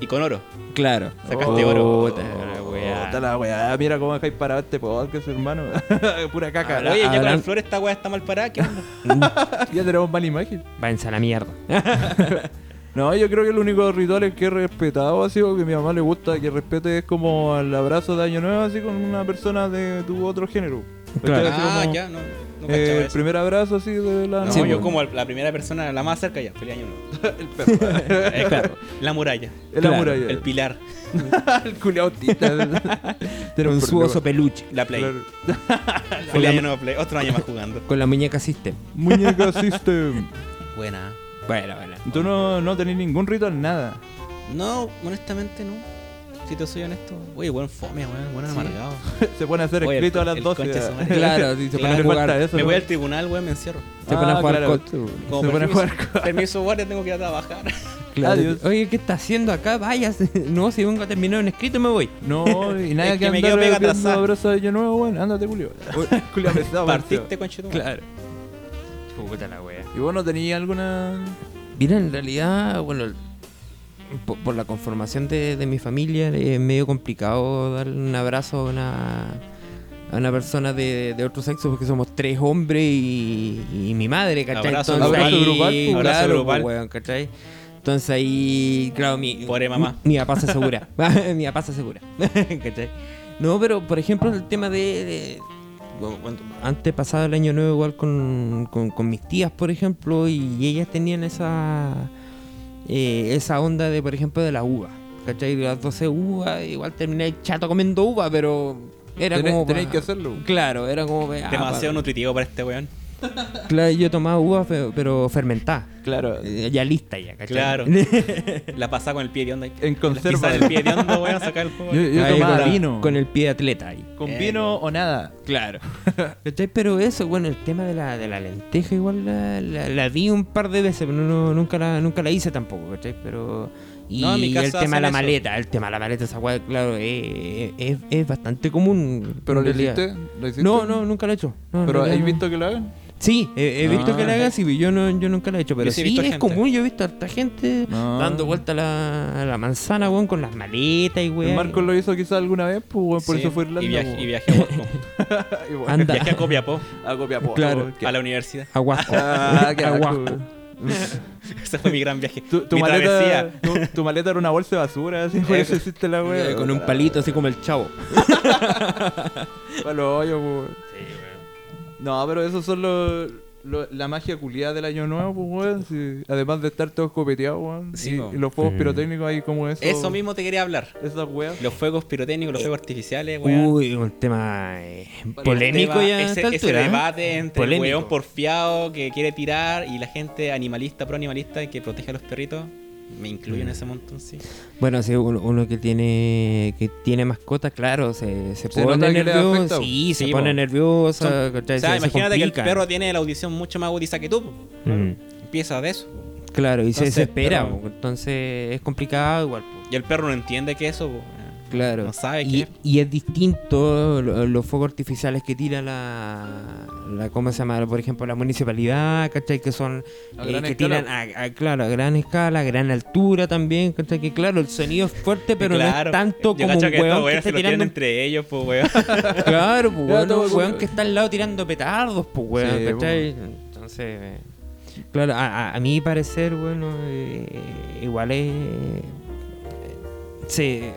y con oro.
Claro.
Sacaste
Oh,
oro.
puta la weá.
Puta la weá, Mira cómo dejáis parado este podcast, hermano. Pura caca.
Ah,
Ah,
Oye, ya con
Hablan-
el flor esta weá está mal parada. ¿qué onda?
Ya tenemos mala imagen.
Váyanse a la mierda.
No, yo creo que el único ritual que he respetado, así, o que a mi mamá le gusta que respete, es como el abrazo de Año Nuevo, así, con una persona de tu otro género.
Claro.
Así
ah,
como,
ya, no. No
eh,
cachaba
el
eso.
primer abrazo, así, de la...
No,
Sí,
yo
bueno.
como la primera persona, la más cerca ya, feliz año nuevo.
Eh, claro.
La muralla,
El
Claro,
amor
el pilar,
el culiao tita. Tiene
Con
un
su oso
problema.
peluche.
la play.
Claro.
Feliz año nuevo, play. Otro año más jugando.
Con la muñeca System.
Muñeca System.
Buena.
Bueno, bueno.
Tú no, no tenés ningún ritual, nada.
No, honestamente no. si te soy honesto, oye, buen fome, weón, buen
Sí.
amargado.
Se pone a hacer
Oye,
escrito
el-
a las
el
12.
concha de su
ya.
madre.
Claro, sí, se
Claro.
ponen a jugar.
Falta eso,
Me
¿no?
voy al tribunal, weón, me encierro.
Se ponen a jugar
claro.
con-
Se
permiso-
ponen a jugar
Permiso, guardia, tengo que ir a trabajar.
Claro.
Adiós.
Oye, ¿qué está haciendo acá? Vaya, no, si vengo a terminar un escrito me voy.
No, y nada
Es
que,
que me
andar
quedo pega
viendo
atrasado.
abrazos de año nuevo, weón. Ándate, Julio. Julio pesado,
Partiste, conchito.
Claro. Puta la wea.
¿Y vos no tenías alguna...?
Mira, en realidad, bueno, el- por, por la conformación de, de mi familia eh, es medio complicado dar un abrazo a una, a una persona de, de otro sexo porque somos tres hombres y, y mi madre, ¿cachai?
Abrazo
grupal.
ahí-
Abrazo grupal, pues.
Abrazo
claro,
grupal.
pues, weón, ¿cachai? Entonces ahí, claro, mi,
Pobre mamá.
mi, mi papá se asegura. mi papá se asegura. ¿cachai? No, pero por ejemplo el tema de... de- cu- cuando- antes pasaba el año nuevo igual con, con- con mis tías, por ejemplo, y ellas tenían esa eh, esa onda de, por ejemplo, de la uva. ¿Cachai? De las 12 uvas, igual terminé chato comiendo uva, pero era
Tenés-
como...
tenés
pa-
que hacerlo.
Claro, era como... ah,
Demasiado
pa-
nutritivo para este weón.
Claro, yo tomaba uva, pero, pero fermentada.
Claro.
Eh, Ya lista ya, ¿cachai?
Claro. La pasaba con el pie de onda. ahí.
En conserva.
Quizás el pie de onda, weón, sacar el jugo.
Yo, yo
Ahí
tomaba
con, la-
vino.
con el pie de atleta ahí.
Con
Eh,
vino o nada.
Claro. Pero eso, bueno, el tema de la, de la lenteja igual la, la, la vi un par de veces, pero no, nunca, la, nunca la hice tampoco, ¿cachai? Pero... Y
No, en mi casa
el tema de la
hacen eso.
maleta, el tema de la maleta, esa weá, claro, eh, eh, es, es bastante común.
¿Pero
en
lo
realidad.
hiciste? ¿Lo hiciste?
No, no, nunca lo he hecho. No, en
¿Pero
realidad
has
no.
visto que lo hagan?
Sí, he, he visto
Ah.
que la hagas y yo, no, yo nunca la he hecho, pero
sí
sí,
he visto
es
gente.
común, yo he visto a harta gente
Ah.
dando vuelta a la, a la manzana, weón, con las maletas y
El
weón.
Marcos lo hizo quizás alguna vez, pues, weón, por
Sí,
eso fue a Irlanda.
Y viajé,
po.
y viajé a Bosco.
Y bueno,
Anda.
Viajé a Copiapó,
A Copiapó.
Claro.
Ah,
a la universidad.
Aguasco.
Ah, qué
Aguasco.
asco.
Ese fue mi gran viaje.
Tu, tu
mi
maleta,
travesía.
tu, tu maleta era una bolsa de basura, así por eso hiciste la wea.
Eh, Con un palito así como el chavo.
Para los hoyos, po, weón. No, pero esos son los. lo- la magia culiada del año nuevo, pues, weón. sí. Además de estar todos copeteados, weón.
Sí,
y,
po.
y los fuegos
Mm.
pirotécnicos ahí como eso.
Eso mismo te quería hablar.
Esas weas.
Los fuegos pirotécnicos,
Eh,
los fuegos artificiales, weón.
uh,
Uy, un tema eh, polémico
Este
ya a
ese,
esta
ese
altura, ¿eh?
debate entre el
Polémico.
weón porfiado que quiere tirar y la gente animalista, pro animalista que protege a los perritos. Me incluyo en
Mm.
ese montón, sí.
Bueno, si uno, uno que tiene que tiene mascota, claro, se, se
Se nota
pone
que le afecta,
nervioso.
po.
Sí, se
Sí,
pone
po.
nerviosa.
Son-
¿cachai?
o sea,
Se- se
imagínate que el
complica.
perro tiene la audición mucho más agudiza que tú. po.
Mm.
Empieza de eso.
Claro, y
Entonces,
se desespera,
pero-
po. entonces es complicado igual. po.
Y el perro no entiende que eso. po.
Claro.
No sabe
y,
qué.
y es distinto lo- los fuegos artificiales que tira la, la ¿cómo se llama? Por ejemplo, la municipalidad, ¿cachai? Que son
A
eh,
gran
que
escala.
tiran a, a- claro, a gran escala, a gran altura también, ¿cachai? Que claro, el sonido es fuerte, pero no
Claro,
es tanto
yo
como un
cacho que estos
hueón que
weones
está
se lo tiran
tirando
entre ellos, pues weón.
Claro, pues
Ya,
weón,
todo
un
el-
weón que está al lado tirando petardos, pues weón,
Sí,
¿cachai? Entonces, eh, claro, a, a, a mi parecer, bueno, eh, igual es. eh, se,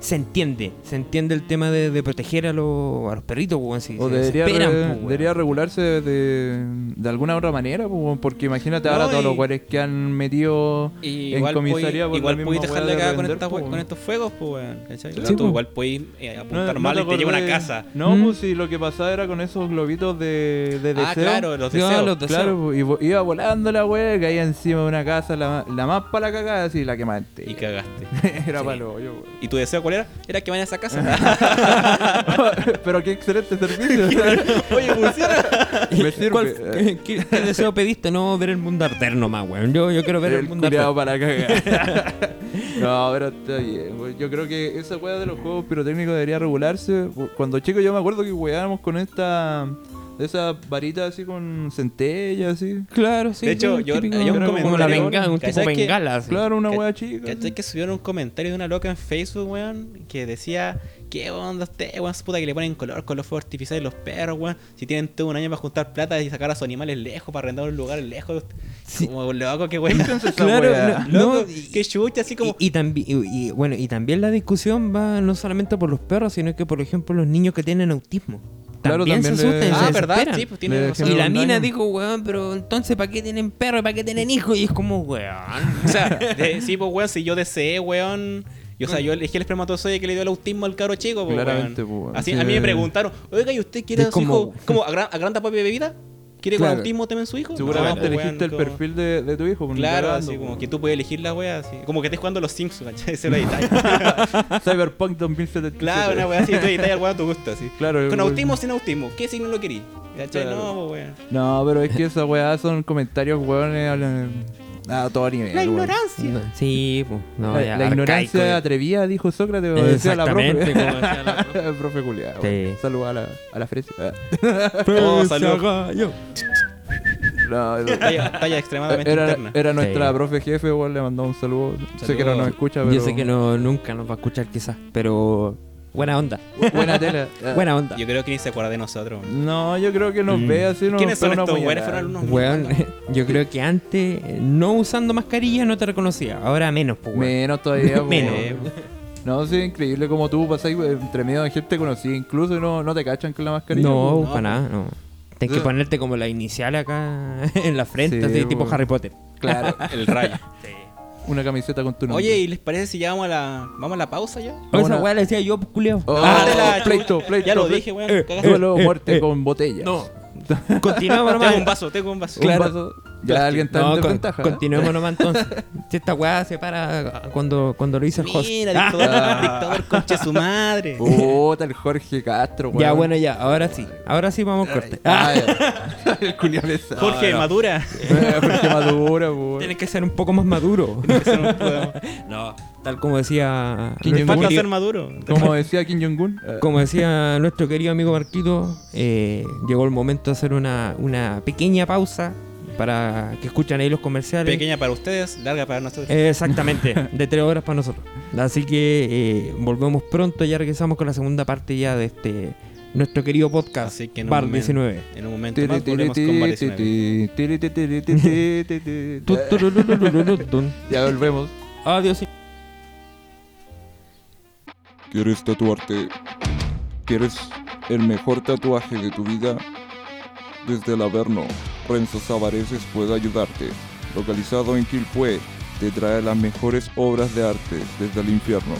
se entiende, se entiende el tema de, de proteger a, los a los perritos, pues, weón, si
O
se
debería,
desesperan,
re-
pues, weón.
debería regularse de, de alguna otra manera, pues, weón, porque imagínate ahora
No,
todos
y-
los weones que han metido
Y
En
igual
comisaría
podí-
por la
igual
misma
podéis
weá
dejarle
de
acá con,
vender,
estas
po,
we- con
weón.
estos fuegos, pues weón. ¿cachai?
Sí,
Tú
po.
igual podéis eh,
No-
apuntar
no
mal
te
y te lleva a una
acordás-
casa.
No,
¿Mm?
pues si lo que pasaba era con esos globitos de, de
Ah,
deseo.
claro, los
No,
deseos.
los deseos.
Claro, pues, y vo- iba volando la wea, caía encima de una casa, la, la más para la cagada, así la quemaste.
Y cagaste.
Era
Sí.
para lo hoyo, weón.
¿Y tu deseo cuál era? Era que vayan a esa casa.
pues. Pero qué excelente servicio.
Oye, funciona.
Me sirve.
¿Cuál- qué, qué- qué deseo pediste? No, ver el mundo arder nomás, weón. Yo, yo quiero ver el,
el
mundo
culiao
arder.
para cagar. no, pero está bien. weón. Yo creo que esa weá de los juegos pirotécnicos debería regularse. Cuando chico yo me acuerdo que weábamos con esta... De esas varitas así con centella, así.
Claro, sí.
De hecho,
sí,
yo-
típico,
hay un
como la
comentario,
bengala, un tipo
¿cachai que-
bengala. así.
Claro, una
Ca-
weá chica.
¿Cachai que subieron un comentario de una loca en Facebook, weón? Que decía, ¿qué onda usted, weón? Su puta que le ponen color con los fuegos artificiales los perros, weón. Si tienen todo un año para juntar plata y sacar a sus animales lejos, para arrendar un lugar lejos.
Sí.
Como loco, qué weón.
Entonces, esa
Claro,
weá.
no,
Loco,
y-
qué chucha, así como.
Y, y también, y, y, bueno, y también la discusión va no solamente por los perros, sino que, por ejemplo, los niños que tienen autismo.
Claro,
también,
también
se
le-
asustan. y
ah,
se
¿verdad?
desesperan.
Sí, pues tiene
Le
razón.
Y la
un
mina
daño.
dijo, weón, pero entonces, ¿para qué tienen perro? y ¿Para qué tienen hijos? Y es como, weón.
O sea, de- sí, pues, weón, si yo deseé, weón. Yo, o sea, yo elegí el espermatozoide que le dio el autismo al caro chico, pues,
Claramente,
weón.
pues, weón.
Así,
Sí.
A mí me preguntaron, oiga, ¿y usted quiere
Es
a su
como-
hijo como agra- agranda papi bebida? ¿Quiere
Claro.
con autismo temen su hijo?
Seguramente
No, pues,
elegiste
weón,
el
como-
perfil de, de tu hijo. pues, ni
Claro,
cagando,
así como
pues.
que tú puedes elegir la wea, así. Como que estés jugando a los Simpsons, ¿cachai? Ese lo editáis.
Cyberpunk 2077.
claro, una wea así, tú editáis al weón a tu gusto, así.
Claro,
Con
weón.
autismo o sin autismo, ¿qué signo lo querís? ¿Cachai?
Claro.
No, pues weón.
No, pero es que esas weas son comentarios, weón. eh, hablan- A todo nivel.
La
weón.
ignorancia.
No, sí, pues, no,
La-
ya,
la
arcaico,
ignorancia
ya.
atrevida, dijo Sócrates. o decía la profe.
Exactamente, como decía la profe.
El profe culiado.
Sí.
Saluda a la, a la fresa.
Oh, salud.
No, no.
Talla, talla extremadamente
era,
interna.
era nuestra
Sí.
profe jefe, weón, le mandó un saludo. Sé que no nos escucha, pero.
Yo sé que no, nunca nos va a escuchar quizás, pero buena onda.
Buena tela.
Buena Mm. onda.
Yo creo que ni se acuerda de nosotros. weón.
No, yo creo que nos ve así. Nos
¿Quiénes
pega
son
una
estos weones?
puñalada.
Fueron alumnos
Weón,
míos.
yo creo que antes, eh, no usando mascarilla, no te reconocía. Ahora menos, pues, weón.
Menos todavía, po,
Menos.
weón. No, sí, increíble como tú pasas entre medio de gente conocida, incluso y no, no te cachan con la mascarilla.
No,
no,
para
pues.
nada, no. Tienes que ponerte como la inicial acá en la frente,
Sí,
así, tipo
weón.
Harry Potter.
Claro,
El rayo.
una camiseta con tu nombre.
Oye, ¿y les parece si ya vamos a la, vamos a la pausa ya?
O esa
Una-
weá le decía yo, pues, culeo.
Oh,
Ah, de la
pleito,
chucha.
pleito.
Ya lo
pleito.
dije, weón.
Eh,
Cagaste.
Duelo o muerte con botella.
No. Continuamos nomás.
Tengo un vaso, tengo un vaso.
Un vaso- Ya alguien está
No,
en
con-
desventaja. ¿eh?
continuemos nomás entonces. Si esta weá se para cuando, cuando lo hizo el host. Ah,
Mira, dictador, dictador, conche su madre.
Puta, el Jorge Castro, weón.
Ya, bueno, ya, ahora sí. Ahora sí vamos al corte.
Ah, ya. el culiao pesado.
Jorge,
no.
madura.
Eh, Jorge Madura, weón.
Tienes que ser un poco más maduro.
Eso no puedo.
no, tal como decía.
Kim
nuestro
Falta
querido-
ser maduro.
Como decía Kim Jong-un. eh,
Como decía nuestro querido amigo Marquito, eh, llegó el momento de hacer una, una pequeña pausa para que escuchen ahí los comerciales.
Pequeña para ustedes, larga para nosotros.
Eh, Exactamente, de tres horas para nosotros. Así que eh, volvemos pronto, ya regresamos con la segunda parte ya de este nuestro querido podcast
Así que en un
Bar
momento-
19.
En un momento
tiri,
más
tiri,
volvemos con Bar
tiri,
19.
tiri, tiri, tiri, tiri, tiri,
Tu, tu, lu,
tiri.
lu, lu, lu, lu, dun.
Ya volvemos.
Adiós.
¿Quieres tatuarte? ¿Quieres el mejor tatuaje de tu vida? Desde el Averno, Renzo Avareces puede ayudarte. Localizado en Quilpué, te trae las mejores obras de arte desde el infierno.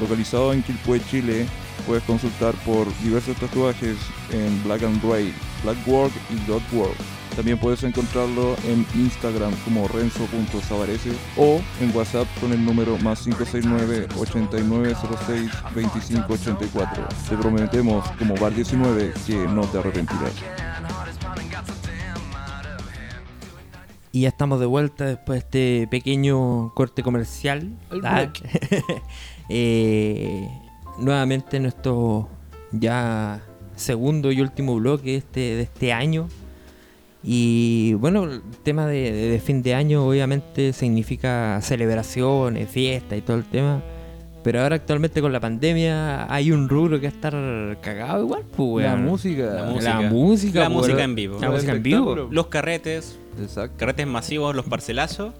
Localizado en Quilpué, Chile, puedes consultar por diversos tatuajes en Black and Gray, Black Work y Dot Work. También puedes encontrarlo en Instagram como renzo.savarese o en WhatsApp con el número más 569-8906-2584. Te prometemos como Bar 19 que no te arrepentirás.
Y ya estamos de vuelta después de este pequeño corte comercial. Ah, eh, nuevamente nuestro ya segundo y último bloque de este, de este año. Y bueno, el tema de, de- de fin de año obviamente significa celebraciones, fiestas y todo el tema. Pero ahora actualmente con la pandemia hay un rubro que va a estar cagado igual, pues,
La
weón.
música.
La
La
música.
música,
La
pues,
música
weón.
en vivo.
La música en vivo.
Espectáculo.
Los carretes,
Exacto.
carretes masivos, los parcelazos.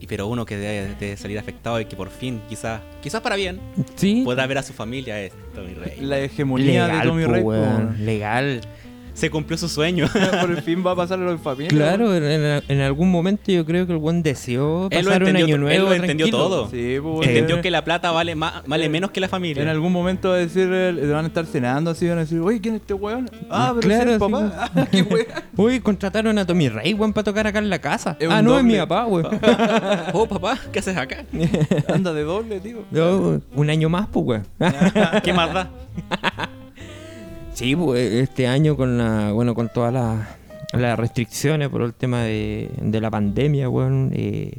Y pero uno que debe de salir afectado y que por fin, quizás, quizás para bien,
Sí.
pueda ver a su familia esto, mi rey.
La hegemonía de Tommy
po,
Rey.
weón,
po.
Legal.
Se cumplió su sueño.
Por fin va a pasar a los familia.
Claro, en, en- en algún momento yo creo que el buen deseó
Él lo
pasar un
entendió-
año
él lo
nuevo.
entendió
tranquilo.
todo.
weón. Sí, po, weón.
Entendió que la plata vale, más, vale menos que la familia.
En algún momento va a decir, eh, le van a estar cenando así, van a decir, oye, ¿quién es este weón? Ah, pero
Claro,
claro,
sí,
es el papá. Ah, qué weón.
Uy, contrataron a Tommy Rey, weón, para tocar acá en la casa.
Es
ah,
un
no, es mi
doble.
papá, weón.
Oh, papá, ¿qué haces acá?
Anda de doble, tío.
No, un año más, pues, weón.
¿Qué más da?
Sí, pues este año con la, bueno, con todas las, las restricciones por el tema de, de la pandemia, weón, eh,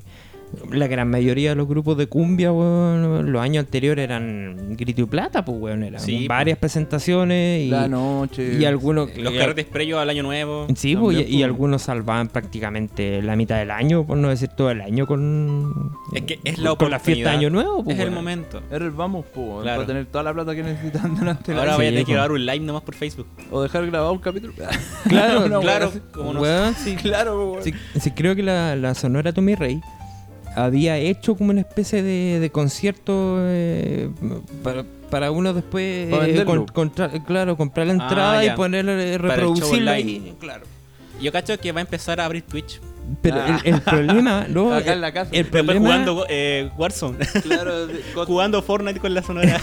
la gran mayoría de los grupos de cumbia, weón, los años anteriores eran grito y plata, pues, weón, eran
Sí,
varias presentaciones y,
La noche.
y algunos...
Los
eh,
carretes previos al año nuevo.
Sí, pues, y,
también,
y
pues.
algunos salvaban prácticamente la mitad del año, por no decir todo el año con...
Es que es la
con la fiesta de Año
oportunidad.
Nuevo, pues,
es el
weón.
momento.
Era el vamos, po, weón,
Claro.
para tener toda la plata que necesitan durante la
Ahora vaya a tener
Sí, pues.
que grabar un live nomás por Facebook.
O dejar grabado un capítulo.
Claro,
Una weá
claro,
así.
como no.
Weón, sí,
Claro, weón.
Sí, sí, creo que la, la Sonora Tommy Rey había hecho como una especie de, de concierto eh, para, para uno después
Para
eh,
venderlo.
contra- claro, comprar la
Ah,
entrada y
ya.
poner eh,
Para el show
reproducirla
online.
y- claro.
Yo cacho que va a empezar a abrir Twitch
Pero
Ah.
el, el problema, no, Eh,
Acá en
el-
la casa.
El
Pero
problema,
jugando eh, Warzone.
Claro, de- con,
jugando Fortnite con la sonora.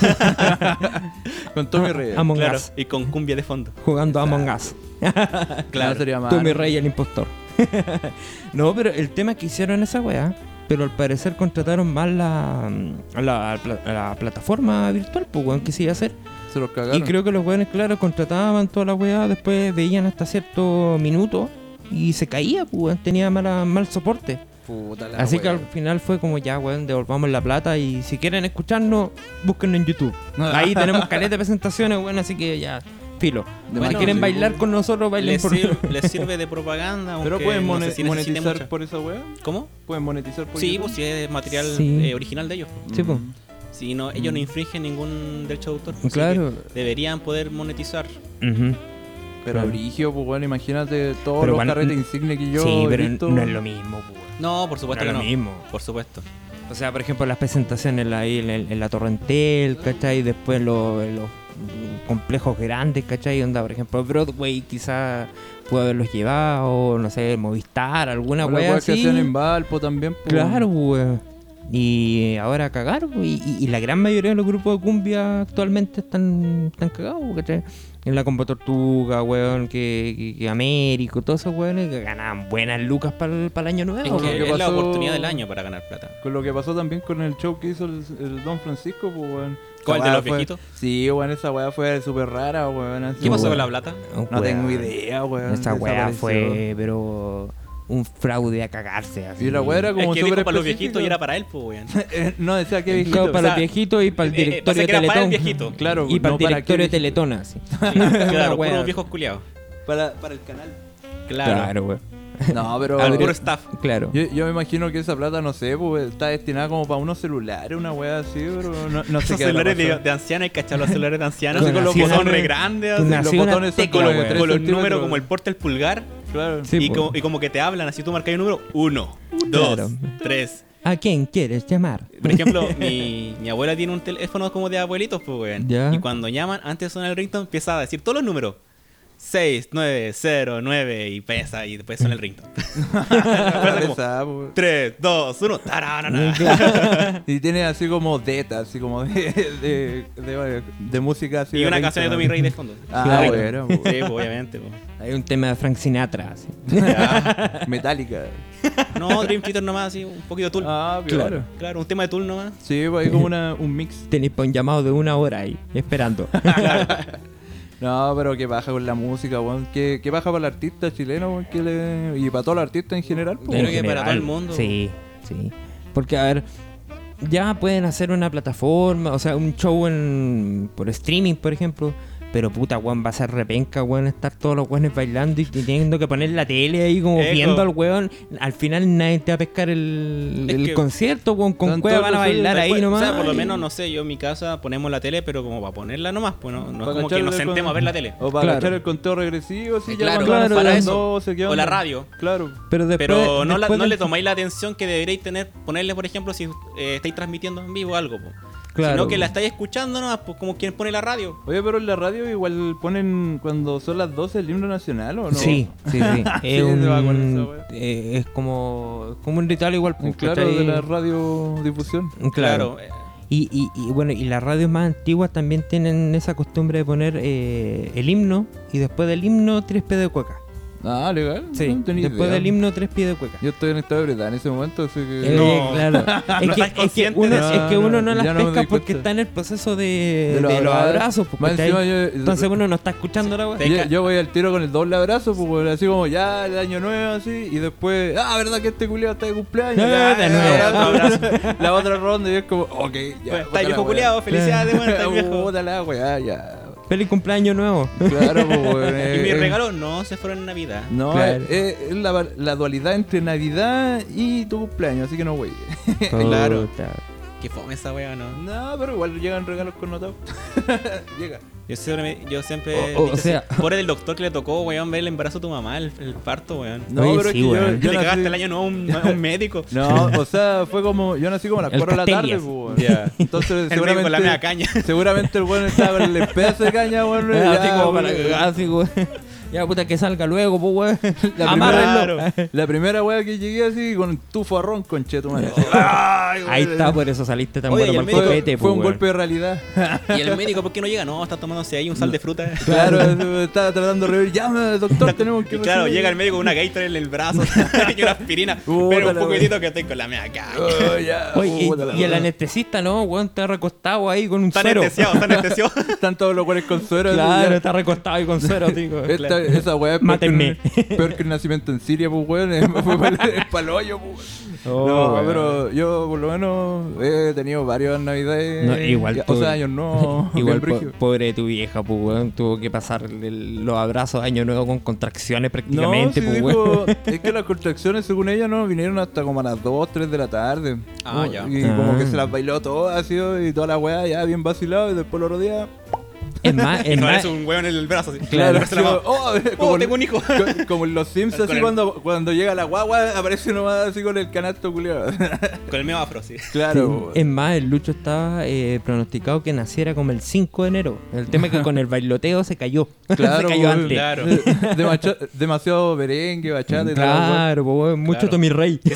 con Tommy Reyes.
Among
claro.
Us.
Y con cumbia de fondo.
Jugando Among Us.
Claro,
Claro.
sería malo.
Tommy Rey el impostor. no, pero el tema es que hicieron esa weá, pero al parecer contrataron mal la, la, pla- la plataforma virtual, pues weón, que se iba a hacer.
Se los cagaron.
Y creo que los weones, claro, contrataban toda la weá, después veían hasta cierto minuto y se caía, pues weón, tenía mala, mal soporte.
Puta la
Así
wea.
que al final fue como ya, weón, devolvamos la plata y si quieren escucharnos, búsquenlo en YouTube. Ahí tenemos caleta de presentaciones, weón, así que ya, filo.
Bueno,
si quieren
sí,
bailar con nosotros, bailen
Les
por
sirve, les sirve de propaganda.
Pero
aunque
pueden
no
mone-
sé si necesite
monetizar
mucha.
por esa wea.
¿Cómo?
Pueden monetizar por
Sí,
YouTube?
pues si es material
Sí.
eh, original de ellos.
Mm.
Sí, pues.
Si no, ellos no infringen ningún derecho de autor. pues, así que
Claro.
Deberían poder monetizar.
Ujú.
Pero
Claro.
Brigio, pues bueno, imagínate todos
Pero
los
igual-
carretes insignia que yo
sí,
he
pero
visto.
no es lo mismo, pues.
No, por supuesto
No es
que
lo
no.
mismo.
Por supuesto.
O sea, por ejemplo, las presentaciones en la- ahí en, en la Torrentel, ¿cachai? Después lo- los mm, complejos grandes, ¿cachai? Onda, por ejemplo, Broadway quizás pudo haberlos llevado, no sé, Movistar, alguna
O las
wea
weas que
así.
hacían en Valpo también. pues.
Claro, weón. Y ahora a cagar, pues, y, y- y la gran mayoría de los grupos de cumbia actualmente están, están cagados, ¿cachai? En la Compa Tortuga, weón, que, que, que Américo, todos esos weones que ganaban buenas lucas para el, año nuevo.
Es,
lo
que
que
es la
pasó-
oportunidad del año para ganar plata.
Con lo que pasó también con el show que hizo el, el Don Francisco, pues weón.
¿Cuál
Esa
de
wea
los
fue-
viejitos?
Sí, weón, esa weá fue súper rara, weón. así,
¿Qué pasó
weón.
con la plata?
Weón,
No tengo
weón.
idea, weón.
Esa weá
desapareció.
fue, pero un fraude a cagarse. Así.
Y la weá era como
es que dijo
súper
para los
específico.
viejitos y era para él, pues, weón.
Eh, No, decía que
Dijo
viejito.
para
O sea,
los viejitos y para el
eh, eh,
directorio
pasa que
de
era para el
Teletón.
viejito.
Claro,
y para
no
el
para
directorio de
qué viejito.
Teletón, así.
Sí, claro,
weón.
puros viejos culiados.
Para, para el canal.
Claro.
Claro, weón.
No, pero.
Al
Abre-
puro staff.
Claro.
Yo, yo me imagino que esa plata, no sé, pues, está destinada como para unos celulares, una weá así, pero no, no sé
Esos
qué habrá
celulares de,
pasado.
de ancianos, hay cachado los celulares de ancianos,
Con
así con los
acciones-
botones re grandes, así,
con
Los
Nació una
botones son
tecla,
como
weón.
de tres
con los
centímetros.
números como el porte el pulgar,
Claro.
Sí,
y,
po.
como, y como que te hablan, así tú marcas un número, uno, dos,
Claro.
tres.
¿A quién quieres llamar?
Por ejemplo, mi, mi abuela tiene un teléfono como de abuelitos, pues, weón.
Ya.
Y cuando llaman, antes de sonar el ringtone, empieza a decir todos los números. 6, 9, 0, 9 y pesa y después suena el ringtone.
Claro,
como-
esa, pues.
3, 2, 1, tararana.
Y tiene así como deta, así como de, de, de, de música así.
Y
de
una
ringtone.
canción de Tommy Rey de fondo.
Ah,
Claro.
bueno,
Sí,
pues.
pues, obviamente. pues.
Hay un tema de Frank Sinatra. así.
pues, Metallica.
No, Dream Theater nomás, así, un poquito de Tool.
Ah,
Claro.
claro.
Claro, un tema de Tool nomás.
Sí, pues hay como una, un mix.
Tenéis pa' un llamado de una hora ahí, esperando.
No, pero que baja con la música, weón. Que, que baja para el artista chileno, weón. Que le... Y para todos los artistas en general, pues.
Creo
En
que para todo el mundo.
Sí, sí. Porque, a ver, ya pueden hacer una plataforma, o sea, un show en, por streaming, por ejemplo. Pero puta, weón, va a ser repenca, weón, estar todos los weones bailando y teniendo que poner la tele ahí como
Eco.
viendo al weón. Al final nadie te va a pescar el,
Es
el
que-
concierto, weón. Con
Están
cueva
todos
van a
los
bailar
Tal
ahí
cual.
nomás.
O sea, por lo menos, no sé, yo en mi casa ponemos la tele, pero como para ponerla nomás, pues no, no es
Para
como que
cachar
nos
el
sentemos
con-
a ver la tele.
O para
Claro.
cachar el conteo regresivo, sí,
Eh,
ya
claro,
cuando
claro,
van a
para
las
eso.
12, ¿qué
O la
onda?
radio.
Claro.
Pero después,
Pero no, la-
después
no
del-
le tomáis la atención que deberéis tener, ponerle, por ejemplo, si eh, estáis transmitiendo en vivo algo, pues.
Claro.
Sino que la estáis escuchando nomás, pues como quien pone la radio.
Oye, pero en la radio igual ponen cuando son las 12 el himno nacional, ¿o no?
Sí, sí, sí.
Sí,
es,
se va con
un-
esa wea.
eh, es como, como un ritual igual. pues,
Claro,
¿cachai?
de la radiodifusión.
Claro.
eh,
Y, y- y bueno, y las radios más antiguas también tienen esa costumbre de poner eh, el himno y después del himno tres pies de cueca.
Ah, legal.
Sí,
no tenía
después
idea.
del himno tres pies de cueca.
Yo estoy en estado de Bretaña en ese momento, así que.
Eh,
No.
claro.
No
es, que,
estás
es que
consciente
uno,
de eso.
es que uno no
Ya
las
no me
pesca
doy
porque
cuenta.
está en el proceso de,
De
de
los
los,
abrazos.
abrazos. pues,
Más
¿cachai?
encima yo-
Entonces uno no está escuchando la
Te-
wea.
Yo,
ca-
yo voy al tiro con el doble abrazo, pues, weón, así como ya el año nuevo, así, y después, ah, verdad que este culiado está de cumpleaños.
Eh,
Ya,
de
ya,
nuevo.
ya, abrazo. la otra ronda, y es como, ok, ya.
bueno,
bota
estáis
la
Pues, viejo
weá.
culiado, felicidades, bueno, estáis viejo.
Bota la weá, ya.
Feliz cumpleaños nuevo.
Claro, pues, weón,
Uh,
Y
eh,
mis
eh,
regalos no se fueron en Navidad.
No,
Claro.
es, es la, la dualidad entre Navidad y tu cumpleaños, así que no, güey.
Claro.
Puta.
Que fome esa wea, ¿no?
No, pero igual llegan regalos connotados. Llega.
Yo siempre, me- yo
Eh,
siempre
O- o-
he dicho
o sea-
así, pobre del doctor que le tocó, weón, ver el embarazo de tu mamá, el, el parto, weón.
No,
Oye,
pero
sí,
es que yo-
weón.
yo,
le
nací-
cagaste el año no a un, a un médico.
No, o sea, fue como. Yo nací como a las
El
4 de la tarde,
Castellas.
pues, weón.
Ya.
Entonces,
El médico con la media
seguramente.
caña.
Seguramente el weón estaba con el pedazo de caña, weón.
Así
ya,
como para
weón.
cagar, así como- ah, Ya, puta, que salga luego, pues, weón.
La
Amárrenlo.
primera, la primera wea que llegué así con tu farrón, concheto, madre.
Ahí está, por eso saliste tan
Oye,
bueno para
y el
el
médico-
copete,
Fue
pues,
un
weón.
golpe de realidad.
Y el médico, ¿por qué no llega? No, está tomándose ahí un sal de fruta.
claro, estaba tratando de reír. Llama, doctor, tenemos que.
Y claro,
recibir-
llega el médico con una gaita en el brazo y una aspirina.
Puta
pero un
la
poquitito que estoy con la mea caca.
Oh, ya.
Oye,
Puta la
y, y el
wea.
anestesista, ¿no? Weón, está recostado ahí con un
Está
suero.
anestesiado, está anestesiado.
Están todos los cuales con suero.
Claro,
ya.
está recostado ahí con suero, tío.
Esta- Esa weá es peor que,
Mátenme.
el- peor que el nacimiento en Siria, pues weón. Es paloyo, pues.
Oh,
no,
weón.
pero yo por lo menos he tenido varios navidades.
No, igual
ya-
tú-
O sea, años no.
Igual,
bien
po-
brígido.
pobre de tu vieja, pues, weón. Tuvo que pasar el- los abrazos de Año Nuevo con contracciones
No,
prácticamente,
sí
pues, weón.
dijo, es que las contracciones, según ella, no vinieron hasta como a las 2, 3 de la tarde.
Ah, ya.
Y
Ah.
como que se las bailó todas, así, y toda la weá, ya bien vacilado, y después los otro día.
Es más,
Y
es
parece
más.
un hueón en el brazo. Así.
Claro.
Parece la mamá.
así, oh,
Oh,
como-
tengo un hijo.
Co- Como en los Sims,
Con
así
el-
cuando, cuando llega la guagua, aparece nomás así con el canasto culiado.
Con el medio afro, sí.
claro.
Es más, el Lucho estaba eh, pronosticado que naciera como el 5 de enero. El tema es que con el bailoteo se cayó.
Claro,
se cayó
weón.
antes.
Claro.
Demacha- demasiado merengue, bachata y tal.
Claro, pues, weón, mucho
Claro.
Tommy Rey.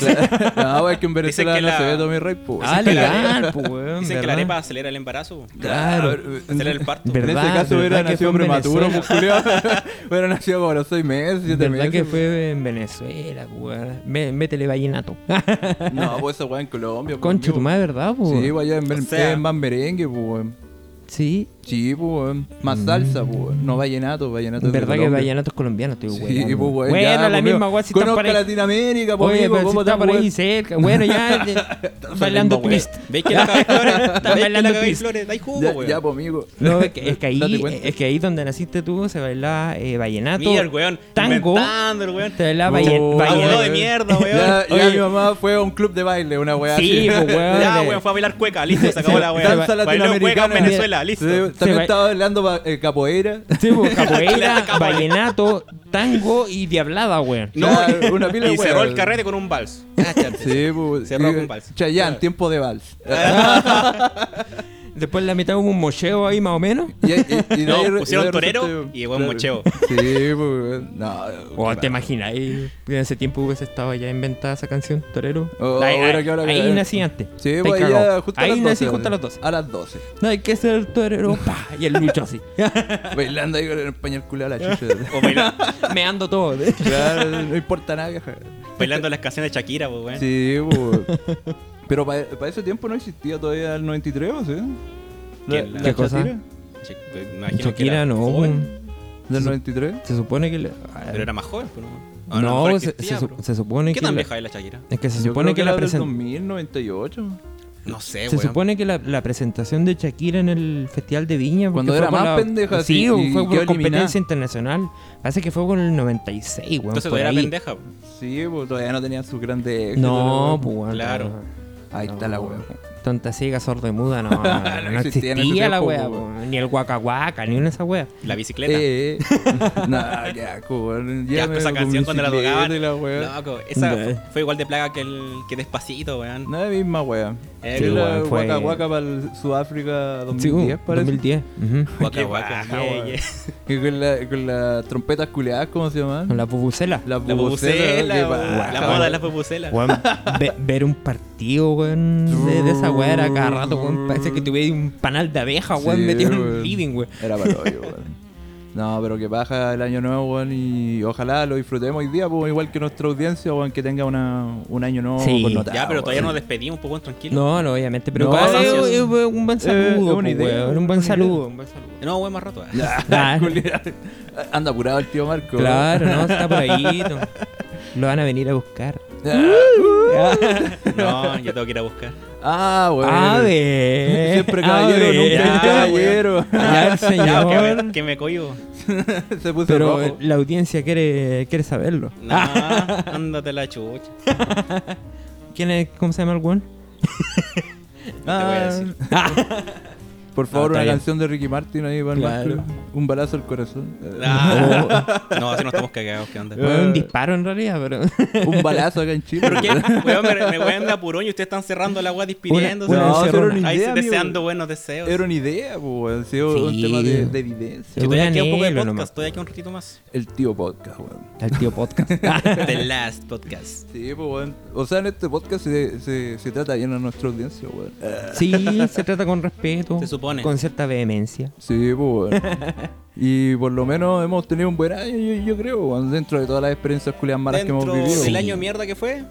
No, pues, es que en Venezuela
que
no
la-
se ve Tommy Rey, pues.
Ah,
Dicen que la-
legal, pues, weón.
Dicen que la
¿verdad?
arepa acelera el embarazo.
Claro.
Acelera el parto.
Ver-
En
verdad,
este caso hubiera
verdad que
nacido
fue en
prematuro, pues,
Venezuela.
culiao. Hubiera nacido como a los 6 meses, 7
¿Verdad
meses.
que fue en Venezuela, pues, weón? Mé- Métele vallenato.
No, pues esa weá en Colombia. pues,
Concha, tu
amigo.
madre, ¿verdad, pues?
Sí, pues allá en
O
Mer-
sea-
es más merengue, pues. weón.
Sí,
Sí, pues. weón. Más salsa, pues. weón. No vallenato, vallenato. es de
Mm. verdad que
Colombia.
vallenato es colombiano, estoy
Sí,
weón.
pues, weón,
Bueno,
ya,
la
pues,
misma
amigo.
weón, si está
Conozca
por ahí.
Latinoamérica, pues,
Oye,
amigo,
pero si
¿cómo
está
tan
por ahí
weón?
cerca. Bueno, ya. eh,
Están
bailando
saliendo, weón.
twist.
¿Veis que la caga de flores? ¿Veis que la
Bailando
caga de
twist.
flores? Dai jugo,
Ya,
weón.
ya, pues, amigo.
No, es que, es que
Date
ahí, eh,
cuenta.
es que ahí donde naciste tú se bailaba eh, vallenato.
Mira el weón.
Tango.
Inventando el weón.
Se bailaba
Oh,
valle-
weón.
vallenato.
Abogado Ah, de mierda, weón.
Ya, ya mi mamá fue a un club de baile, una weá
Sí,
así.
pues, weón.
Ya,
eh,
weón, fue a bailar cueca, listo, se acabó la weá.
Danza
Bailó cueca en
latinoamericana.
Venezuela, listo.
Sí,
Se
también
ba-
estaba bailando ba- eh, capoeira.
sí, pues, capoeira,
Capoeira.
vallenato, tango y diablada, weón.
No,
Ya, una pila de
y cerró
weas.
el carrete con un vals. Cáchate.
Sí, pues.
Cerró
y-
con vals. Ah.
Chayanne, tiempo de vals.
Después en la mitad hubo un mocheo ahí más o menos.
Y- y- y de
No,
ahí re-
pusieron
de
torero
repente-
y buen
claro.
mocheo.
Sí, pues. weón. No.
O te imaginas, ahí, en ese tiempo hubiese estado ya inventada esa canción, Torero.
Oh,
ahí
ahora
ahí-
que ahora que-
ahí nací antes.
Sí,
Estoy
pues ahí
cagado.
ya justo a
ahí
las 12.
nací justo a las 12.
A las 12.
No hay que ser torero, pa, y el lucho así.
Bailando ahí con el pañal culo a la chucha.
O baila-
Me ando todo.
Claro, no importa nada, vieja.
bailando las canciones de Shakira, pues, weón.
Sí, pues. Pero para ese tiempo no existía todavía el 93, ¿o sí?
¿Qué-
La-
la
la
cosa?
Shakira,
Ch- me imagino que
Shakira
era
no,
joven,
weón.
¿Del 93?
se supone que... le-
pero era más joven, pues, ¿no? A lo
No,
mejor
se,
existía,
se-
bro.
se supone
¿Qué
que...
tan
la-
vieja es la Shakira?
Es que se
Yo
supone
creo
que, la
era del
presentación...
2098.
No sé,
Se
weón.
supone que la, la presentación de Shakira en el Festival de Viña. porque
Cuando
fue
era
por
más pendeja,
Sí,
sí, y
fue por
quedó eliminada.
competencia internacional. Parece que fue con el 96, weón.
Entonces
por
todavía
ahí.
era pendeja. weón.
Sí, pues todavía no tenían sus grandes éxitos.
No,
la
pues, weón,
Claro.
Ahí está la pues. wea.
Tonta ciega, sorda y muda, no. no,
No existía
existía,
en ese
la
tiempo,
wea,
weón.
po, Ni el guacahuaca, ni una de esas weas.
La bicicleta.
Eh, eh. nah, qué asco, weón.
Ya, pues, esa
con
canción cuando la
bicicleta
tocaban.
y la wea.
Loco, esa
Ya.
fu- fue igual de plaga que el que despacito, weón.
No es la misma wea.
Eh,
Sí,
weón.
la
weón, fue-
Waka Waka para el Sudáfrica 2010, parece.
2010. ujú.
Guaca,
Qué
guaca,
baja,
yeah,
weón.
yeah.
Y con, la, con las trompetas culeadas, ¿cómo se llaman?
Con la pupucela.
La
La
qué
pupusela, weón.
baja,
La moda de
weón.
la pupusela.
Weón, ve- ver un partido, weón, de, de esa weá era cada rato, weón. Parece que tuviera un panal de abeja, weón,
Sí,
metido en un
weón.
living, weón.
Era para hoyo, weón. No, pero que baja el año nuevo, weón, y ojalá lo disfrutemos hoy día, pues, igual que nuestra audiencia, weón, que tenga una, un año nuevo
Sí.
connotado,
Ya, pero todavía
weón.
nos despedimos, pues, weón, tranquilo.
No, no, obviamente, pero
No,
cada vez
gracias.
es, es un buen saludo,
una
po,
idea,
weón, un
una
buen
idea.
saludo, un buen saludo.
No, weón, más rato. weón.
Ah,
Culiao. Anda apurado el tío Marco.
claro, no, está por ahí. no. Lo van a venir a buscar.
No, yo tengo que ir a buscar.
Ah, bueno.
A
Pues,
ver.
Siempre
a
caballero,
ver.
nunca
Ya,
caballero.
ah, Ya el
Ya,
señor.
que me, que me cohibo.
Se puso
pero eh,
rojo.
la audiencia quiere, quiere saberlo.
No, ándate la chucha. Eh,
¿Quién es, ¿Cómo se llama el weón?
Ah.
te voy a decir.
Por favor,
está
una
bien.
canción de Ricky Martin ahí para el
Claro.
Máscara. Un balazo al corazón.
Ah. no, así no estamos cagados, ¿qué onda?
Fue un disparo en realidad, pero.
Un balazo acá en Chile.
¿Pero qué? Weón, me, me wean de apurón y ustedes están cerrando la agua despidiéndose.
una
No,
encerrona.
era una
Ahí
idea, amigo.
deseando buenos deseos.
Era una idea, pues. Ha sido
Sí.
un tema de, de evidencia.
Yo todavía
Una
queda un poco de
anhelo
podcast,
nomás.
todavía queda un ratito más.
El tío podcast, weón.
Al tío podcast.
The Last Podcast.
Sí, pues, weón. O sea, en este podcast se, se, se trata bien a nuestra audiencia, weón. Eh,
Sí, se trata con respeto.
Se supone.
Con cierta vehemencia.
Sí, pues, weón. Y por lo menos hemos tenido un buen año, yo, yo creo, weón, dentro de todas las experiencias culias malas que hemos
Dentro
vivido.
del
Sí.
año mierda que fue,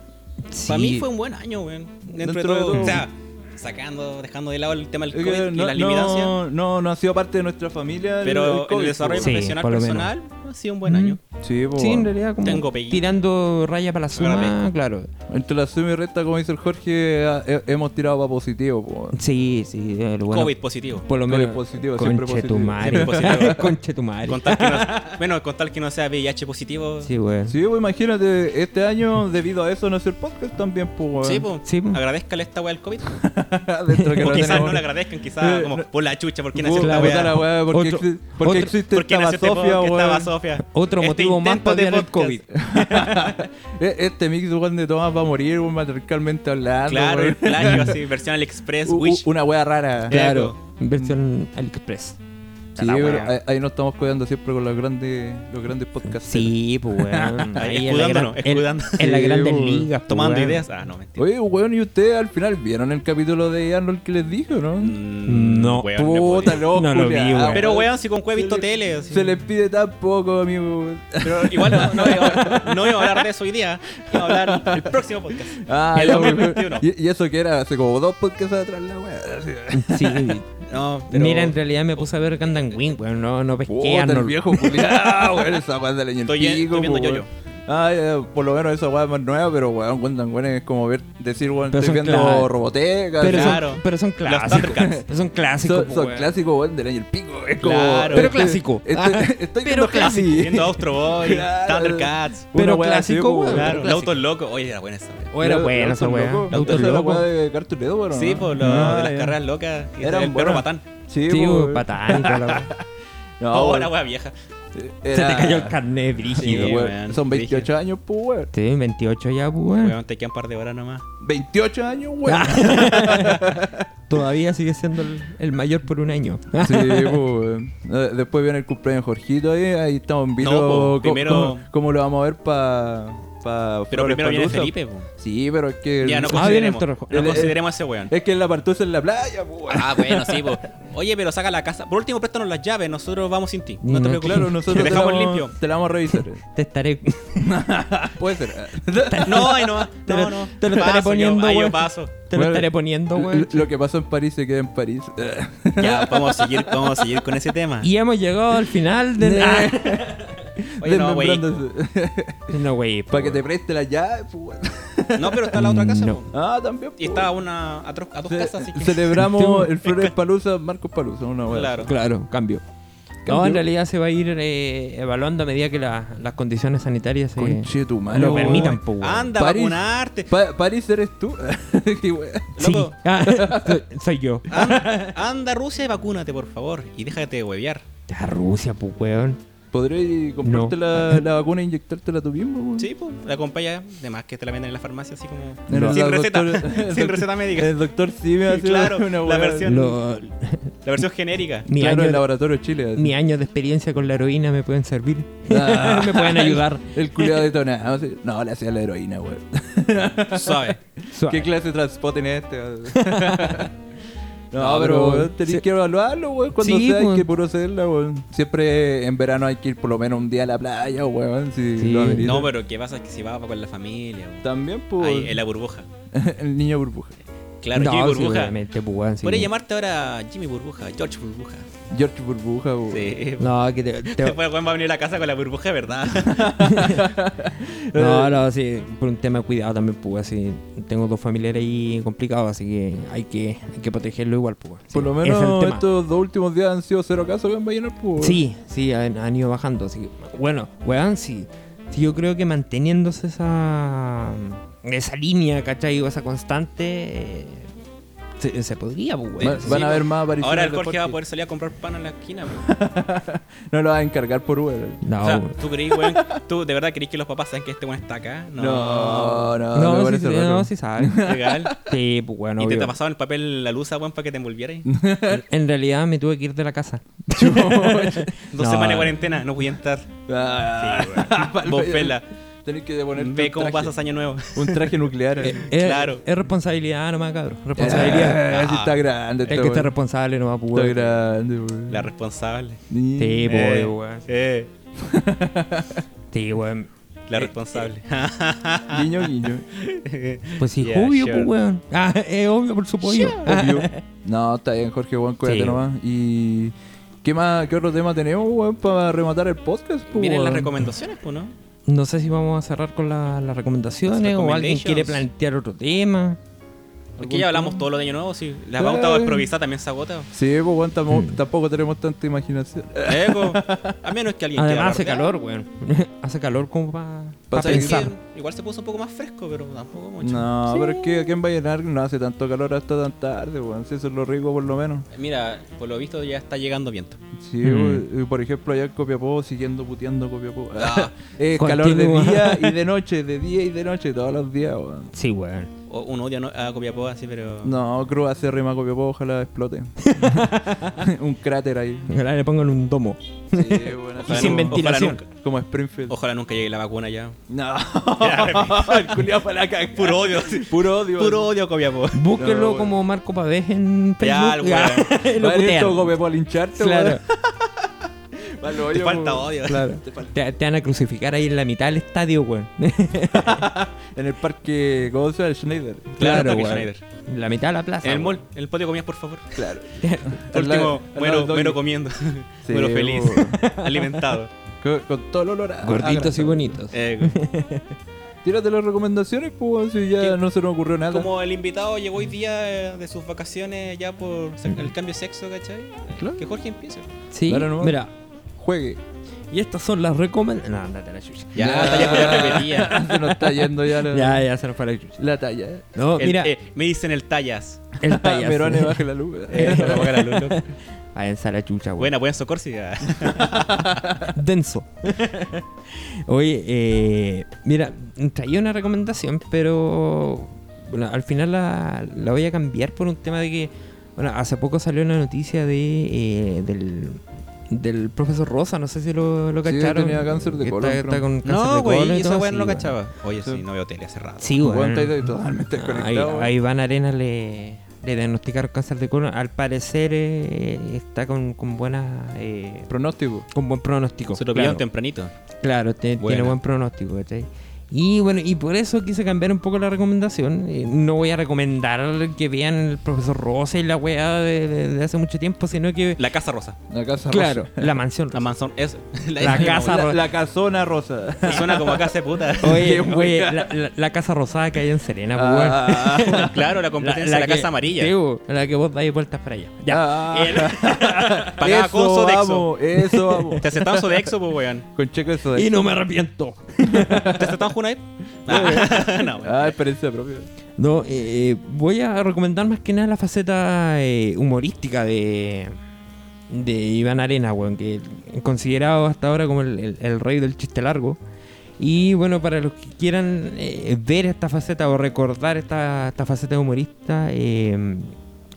Sí.
para mí fue un buen año, weón. Dentro, de,
Dentro de
todo,
todo.
O sea, sacando, dejando de lado el tema del
Es
COVID
que
y
no,
la limitancia.
no, no, no ha sido parte de nuestra familia. el-
pero en
COVID,
el desarrollo
Sí,
weón.
profesional
por lo
personal ha sido un buen año.
Sí, pues,
Sí, en
weón.
realidad como
Tengo apellido.
tirando raya para la suma,
Ahora
claro.
Entre la suma y resta, como dice el Jorge, ha- he- hemos tirado para positivo. pues, po.
Sí, sí, el bueno.
COVID positivo.
Por lo
COVID
menos.
positivo, siempre
conche tu
positivo.
madre.
Siempre positivo.
Conche tu madre.
Con tal que no, bueno, con tal que no sea VIH positivo.
Sí, güey.
Sí, pues imagínate, este año, debido a eso, no hacer podcast también, pues. weón.
Sí, po.
Sí, po.
Agradezcale esta weá al COVID.
Dentro que
O
no
quizás
tenemos-
no le agradezcan, quizás
Eh,
como
no.
por la chucha, ¿por qué nació
Puta
esta
Claro,
la
weá?
weá, ¿Por qué
Otro-
exi- por qué
otro-
existe
¿Por qué
esta
nació este
basofia,
podcast?
weón?
Esta basofia.
Otro
Este
motivo más
intento
para
de
odiar el
podcast.
COVID.
E- Este mix weón, de Tomás va a morir, weón, matriarcalmente hablando.
Claro,
weón. Uh,
el plagio así, versión al Express,
U- u-
Wish.
Una wea rara.
Claro. Versión AliExpress.
Sí,
la
pero
wea.
ahí- ahí nos estamos cuidando siempre con los grandes, los grandes podcasts.
Sí, pues, weón. Ahí en la gran-
Escudándonos,
en-
escudándonos.
En las
Sí,
grandes
weón.
ligas. pues,
Tomando
weón.
ideas. Ah, no, mentira.
Oye, weón, ¿y ustedes al final vieron el capítulo de Arnold que les dijo, no?
Mm,
No.
weón, no he
Puta,
podido.
loco.
No lo vi,
culiao.
weón.
Pero weón, si con cueva he visto
Se le-
tele. así.
Se les pide tan poco, amigo.
Pero igual no, no, voy a- no voy a hablar de eso hoy día. Voy a hablar el próximo podcast.
Ah,
El
ya,
2021.
y, y eso que era hace como dos podcasts atrás la wea. así.
Sí.
No, pero.
Mira, en realidad me puse a ver Gundam Wing, weón. No, no pesqué
Puta, el
Arnold.
viejo culiao, weón, esa weá de leña el
Estoy ye-
pico,
estoy viendo
po,
yo-yo.
weón. Ah, ya, por lo menos esa weá es más nueva, pero weón, cuentan, weón, es como ver, decir, weón,
Pero
estoy
son
viendo
cla-
Roboteca.
Pero,
así.
Claro.
son, pero son clásicos.
Thundercats.
Son clásicos.
son,
pues,
son
weón.
clásicos, weón, del año el pico. Es como,
Claro.
Pero
este-
clásico.
este-
Ah, pero
estoy viendo casi.
clásico.
Viendo Astro Boy,
Claro.
Thundercats.
Una
Pero
weá así,
clásico,
po,
weón.
Claro,
Clásico.
el auto loco. Oye, era buena esa wea.
O era
Los-
buena
los
esa
autos
weá.
locos.
Autos
Esa es la
locos.
weá de Cartoon Network, ¿o no?
Sí, por lo
Ah,
de las
ya.
carreras locas. y
Eran
el perro
buenas.
patán.
Sí,
Sí,
po,
weón, patán y toda la weá.
No,
Oh,
weón,
la wea vieja.
Se te
era-
cayó el carnet
Sí,
brígido.
Sí,
weón,
weón,
Son 28
brígido.
años, pues, weón.
Sí, 28 ya, pues, weón.
Weón, te quedan un par de horas nomás.
28 años, weón.
Ah. Todavía sigue siendo el, el mayor por un año.
Sí, pues, weón. Eh, Después viene el cumpleaños de Jorgito ahí, ahí estamos en vivo.
No, po,
¿Cómo-
primero-
¿Cómo, cómo lo vamos a ver para pa
Pero
Flores
primero viene
Palusa?
Felipe, po.
Sí, pero es que.
Ya no pues.
Ah, viene el
consideremos.
Torrejo-
No
el-
consideremos a ese weón.
Es que en la partusa en la playa, pues, weón.
Ah, bueno, sí, po. Oye, pero saca la casa. Por último, préstanos las llaves. Nosotros vamos sin ti. No
No,
te preocupes.
Claro, nosotros
Te dejamos
la vamos-
limpio.
Te la vamos a revisar.
Te estaré.
Puede ser.
No, ay, no.
Te
No,
lo-
no.
te lo estaré
Paso, yo-
poniendo,
ahí yo
weón.
paso.
Te lo
Bueno,
estaré poniendo, weón.
Lo que pasó en París se queda en París.
Ya, vamos a seguir, vamos a seguir con ese tema.
Y hemos llegado al final de. Ah,
Oye, no, güey.
no, güey. po,
Para que te
weón.
preste la llave, pues, weón.
No, pero está la otra casa.
No.
po.
Ah, también.
Y
pues,
está a una, a, dos- a dos
Ce-
casas, así que.
Celebramos el Flores Palusa, Marcos Palusa, una weá.
Claro.
Claro, cambio. No,
Cambio.
en realidad se va a ir eh, evaluando a medida que la- las condiciones sanitarias se
Conche tu madre,
lo
weón.
permitan, po, weón.
Anda,
París.
vacunarte.
Pa- París eres tú. Qué weá.
Sí.
Loco,
Ah, soy, soy yo.
an- anda a Rusia y vacúnate, por favor. Y déjate de huevear.
A Rusia, pues, weón.
¿Podrías comprarte
No.
la, la vacuna e inyectártela tú mismo? weón?
Sí, pues, la compañía, además que te la venden en la farmacia, así como.
En el-
Sin
la
receta.
doctora- el
sin
doctor-
receta médica.
El doctor sí me hace
Claro,
una
la
weá.
versión-
Lo-
La versión genérica.
mi,
claro,
año,
el laboratorio de Chile. así.
mi año de experiencia con la heroína me pueden servir.
Ah.
me pueden ayudar.
El culiado detonado. así. No, le hacía la heroína, weón.
Suave.
Suave.
¿Qué clase de transporte tiene este? weón?
No,
No, pero
pero-
weón, tenéis
sí.
que evaluarlo, weón. Cuando
Sí,
sea, hay
weón.
que procederla, weón. Siempre en verano hay que ir por lo menos un día a la playa, weón. Si
Sí.
lo amerita.
No, pero ¿qué pasa? Que si vas con la familia. weón.
También,
Ahí, en
pues.
la burbuja.
el niño burbuja.
Claro,
No,
Jimmy
sí,
Burbuja.
obviamente, pues, weón, sí.
Podría llamarte ahora Jimmy Burbuja, George Burbuja.
George Burbuja, weón.
Sí.
No, que te- te-
Después, weón, va a venir a la casa con la burbuja, ¿verdad?
no, no, sí, por un tema de cuidado también, pues, weón, sí. Tengo dos familiares ahí complicados, así que hay que, hay que protegerlo igual, pues. weón, sí.
Por lo
Ese es el
menos
tema.
estos dos últimos días han sido cero casos en Vallenar, pues. weón.
Sí, sí, han, han ido bajando. Así que, bueno, weón, sí. Sí, yo creo que manteniéndose esa, esa línea, ¿cachai? O esa constante, eh, se, se podría, pues,
Va-
weón.
Sí,
van a
po.
haber más apariciones.
Ahora el
de
Jorge va a
Porky.
poder salir a comprar pan en la esquina, weón.
No lo vas a encargar por Uber.
No,
O sea,
weón.
¿tú creí, weón? ¿Tú de verdad creís que los papás saben que este weón está acá? No.
No, no,
no,
Ah, me
sí,
parece
sí,
raro.
no, sí sabe.
Legal.
Sí, pues, weón,
¿Y te,
obvio.
te pasaban el papel la luz, weón, para que te envolvieras?
En- En realidad me tuve que ir de la casa.
Dos
No.
semanas de cuarentena, no podía entrar.
Ah,
Sí, Vos, Fela,
Tenés que ponerte
ve
un
cómo
traje-
pasas año nuevo.
Un traje nuclear.
Eh,
Eh,
es-
Claro.
Es responsabilidad nomás, cabrón. Responsabilidad.
eh, sí está grande.
El que
este
está
weón.
responsable nomás, pues,
Está
weón.
grande, weón.
La responsable.
Ni-
Sí, pues,
Eh.
obvio, weón.
Eh,
Sí, weón.
la responsable. Ah,
Guiño, guiño.
Pues sí,
Yeah,
obvio,
sure.
pues, weón. Ah, es obvio por su pollo.
Obvio. No, está bien, Jorge, weón, cuídate
Sí.
nomás. ¿Y qué, más, qué otro tema tenemos, weón, para rematar el podcast? pues,
Miren las
weón?
recomendaciones, pues, ¿no?
No sé si vamos a cerrar con la- las recomendaciones
Las
o alguien
recommendations.
quiere plantear otro tema.
Porque ya hablamos todo lo de año nuevo, sí. La
Claro.
pauta improvisada también se agota.
Sí, pues, weón, tamo- tampoco tenemos tanta imaginación.
Eh, po. a menos que alguien quiera
Además hace
bardear.
calor, weón. hace calor como para
Pa'
¿Sabes qué?
pensar.
Igual se puso un poco más fresco, pero tampoco mucho.
No, pero es que aquí en Vallenar no hace tanto calor hasta tan tarde, weón. Si eso es lo rico, por lo menos.
Mira, por lo visto ya está llegando viento.
Sí,
Mm.
weón, y por ejemplo, allá en Copiapó, siguiendo puteando Copiapó.
Ah,
es
continúa.
calor de día y de noche, de día y de noche, todos los días, weón.
Sí, weón.
O- Uno odia no- a Copiapó así, pero...
No, cruz acérrima a Copiapó, ojalá explote. Un cráter ahí.
Ahora le pongan un domo.
Sí, weón, así
Y sin
como-
ventilación.
nunca.
Como Springfield.
Ojalá nunca llegue la vacuna ya.
No.
Ya,
el culiao para la cagada.
Puro odio.
Puro odio.
Puro odio a Copiapó.
Búsquenlo
No, weón.
como Marco Pavés en
Ya,
Facebook. Ya, lo
Lo esto
putean.
come por lincharte,
Claro.
weón. Vale,
Te
oye,
falta
weón.
odio.
Claro. Te, te van a crucificar ahí en la mitad del estadio, weón.
En el parque, ¿cómo se llama? El Schneider.
Claro, Toque
weón.
Schneider.
En la mitad de la plaza.
En el mall,
weón.
en el patio comías, por favor.
Claro.
Por
Al
último,
lado- al lado
muero,
del doggy.
muero comiendo.
Sí,
muero feliz.
po.
oh. alimentado.
Con, con todo el olor a.
Gorditos
a
y
grasa.
bonitos.
Eh,
Tírate las recomendaciones, pues, weón, si ya
¿Qué?
no se nos ocurrió nada.
como el invitado llegó hoy día eh, de sus vacaciones ya por el cambio de sexo, ¿cachai? Eh,
Claro.
Que Jorge empiece.
Sí,
Claro, nomás.
mira.
Juegue.
Y estas son las recomendaciones. No, andate a la chucha.
Ya,
Ya.
está ya por la repetida.
se nos está yendo ya la,
Ya, ya se nos fue la chucha.
la talla.
No,
El-
mira,
eh, me dicen el tallas.
el tallazo.
Merone, baje la luz.
Eh, para apagar la luz, loco.
Váyanse a la chucha, weón.
Buena, buena Socorsi. Ah. ya.
denso. Oye, eh, mira, traía una recomendación, pero bueno, al final la, la voy a cambiar por un tema de que, bueno, hace poco salió una noticia de eh, del, del profesor Rosa, no sé si lo, lo
Sí,
cacharon.
tenía cáncer de
que
colon,
Está, está
creo.
con cáncer de
No,
colon.
güey,
y
esa
todo
weá no
así,
lo
weón.
cachaba. Oye, sí,
Sí.
no veo tele hace rato.
Sí,
Weón,
weón.
está ahí totalmente
Ahí,
desconectado.
ahí Iván Arena le, le diagnosticaron cáncer de colon. Al parecer eh, está con, con buena... eh,
Pronóstico.
con buen pronóstico.
Se lo
claro.
pillaron tempranito.
Claro, te- tiene
Buena.
buen pronóstico, ¿cachai? Y bueno, y por eso quise cambiar un poco la recomendación. Eh, No voy a recomendar que vean el profesor Rosa y la weá de, de- de hace mucho tiempo, sino que.
La Casa Rosa.
La casa
claro,
rosa.
la mansión.
La
Rosa.
manzón es.
La casa
La,
ro-
la casona rosa.
Suena como a casa de puta.
Oye,
Qué
oye,
weá.
la, la- la casa rosada que hay en Serena, pues, weón.
Ah,
claro, la competencia de la,
que-
casa amarilla. Ah.
sí, weón, la que vos dais vueltas para allá. Ya. Eh,
Ah.
Pagaba con
eso
Sodexo.
vamos, eso vamos.
Te aceptaban su de exo, pues, weón.
Con checo de Sodexo.
Y no me arrepiento.
¿Te aceptaban Junaid? Ah, no, weón.
Ah, experiencia propia.
No, eh, eh, voy a recomendar más que nada la faceta eh, humorística de, de Iván Arena, weón, que es considerado hasta ahora como el, el- el rey del chiste largo. Y bueno, para los que quieran eh, ver esta faceta o recordar esta, esta faceta humorista, eh,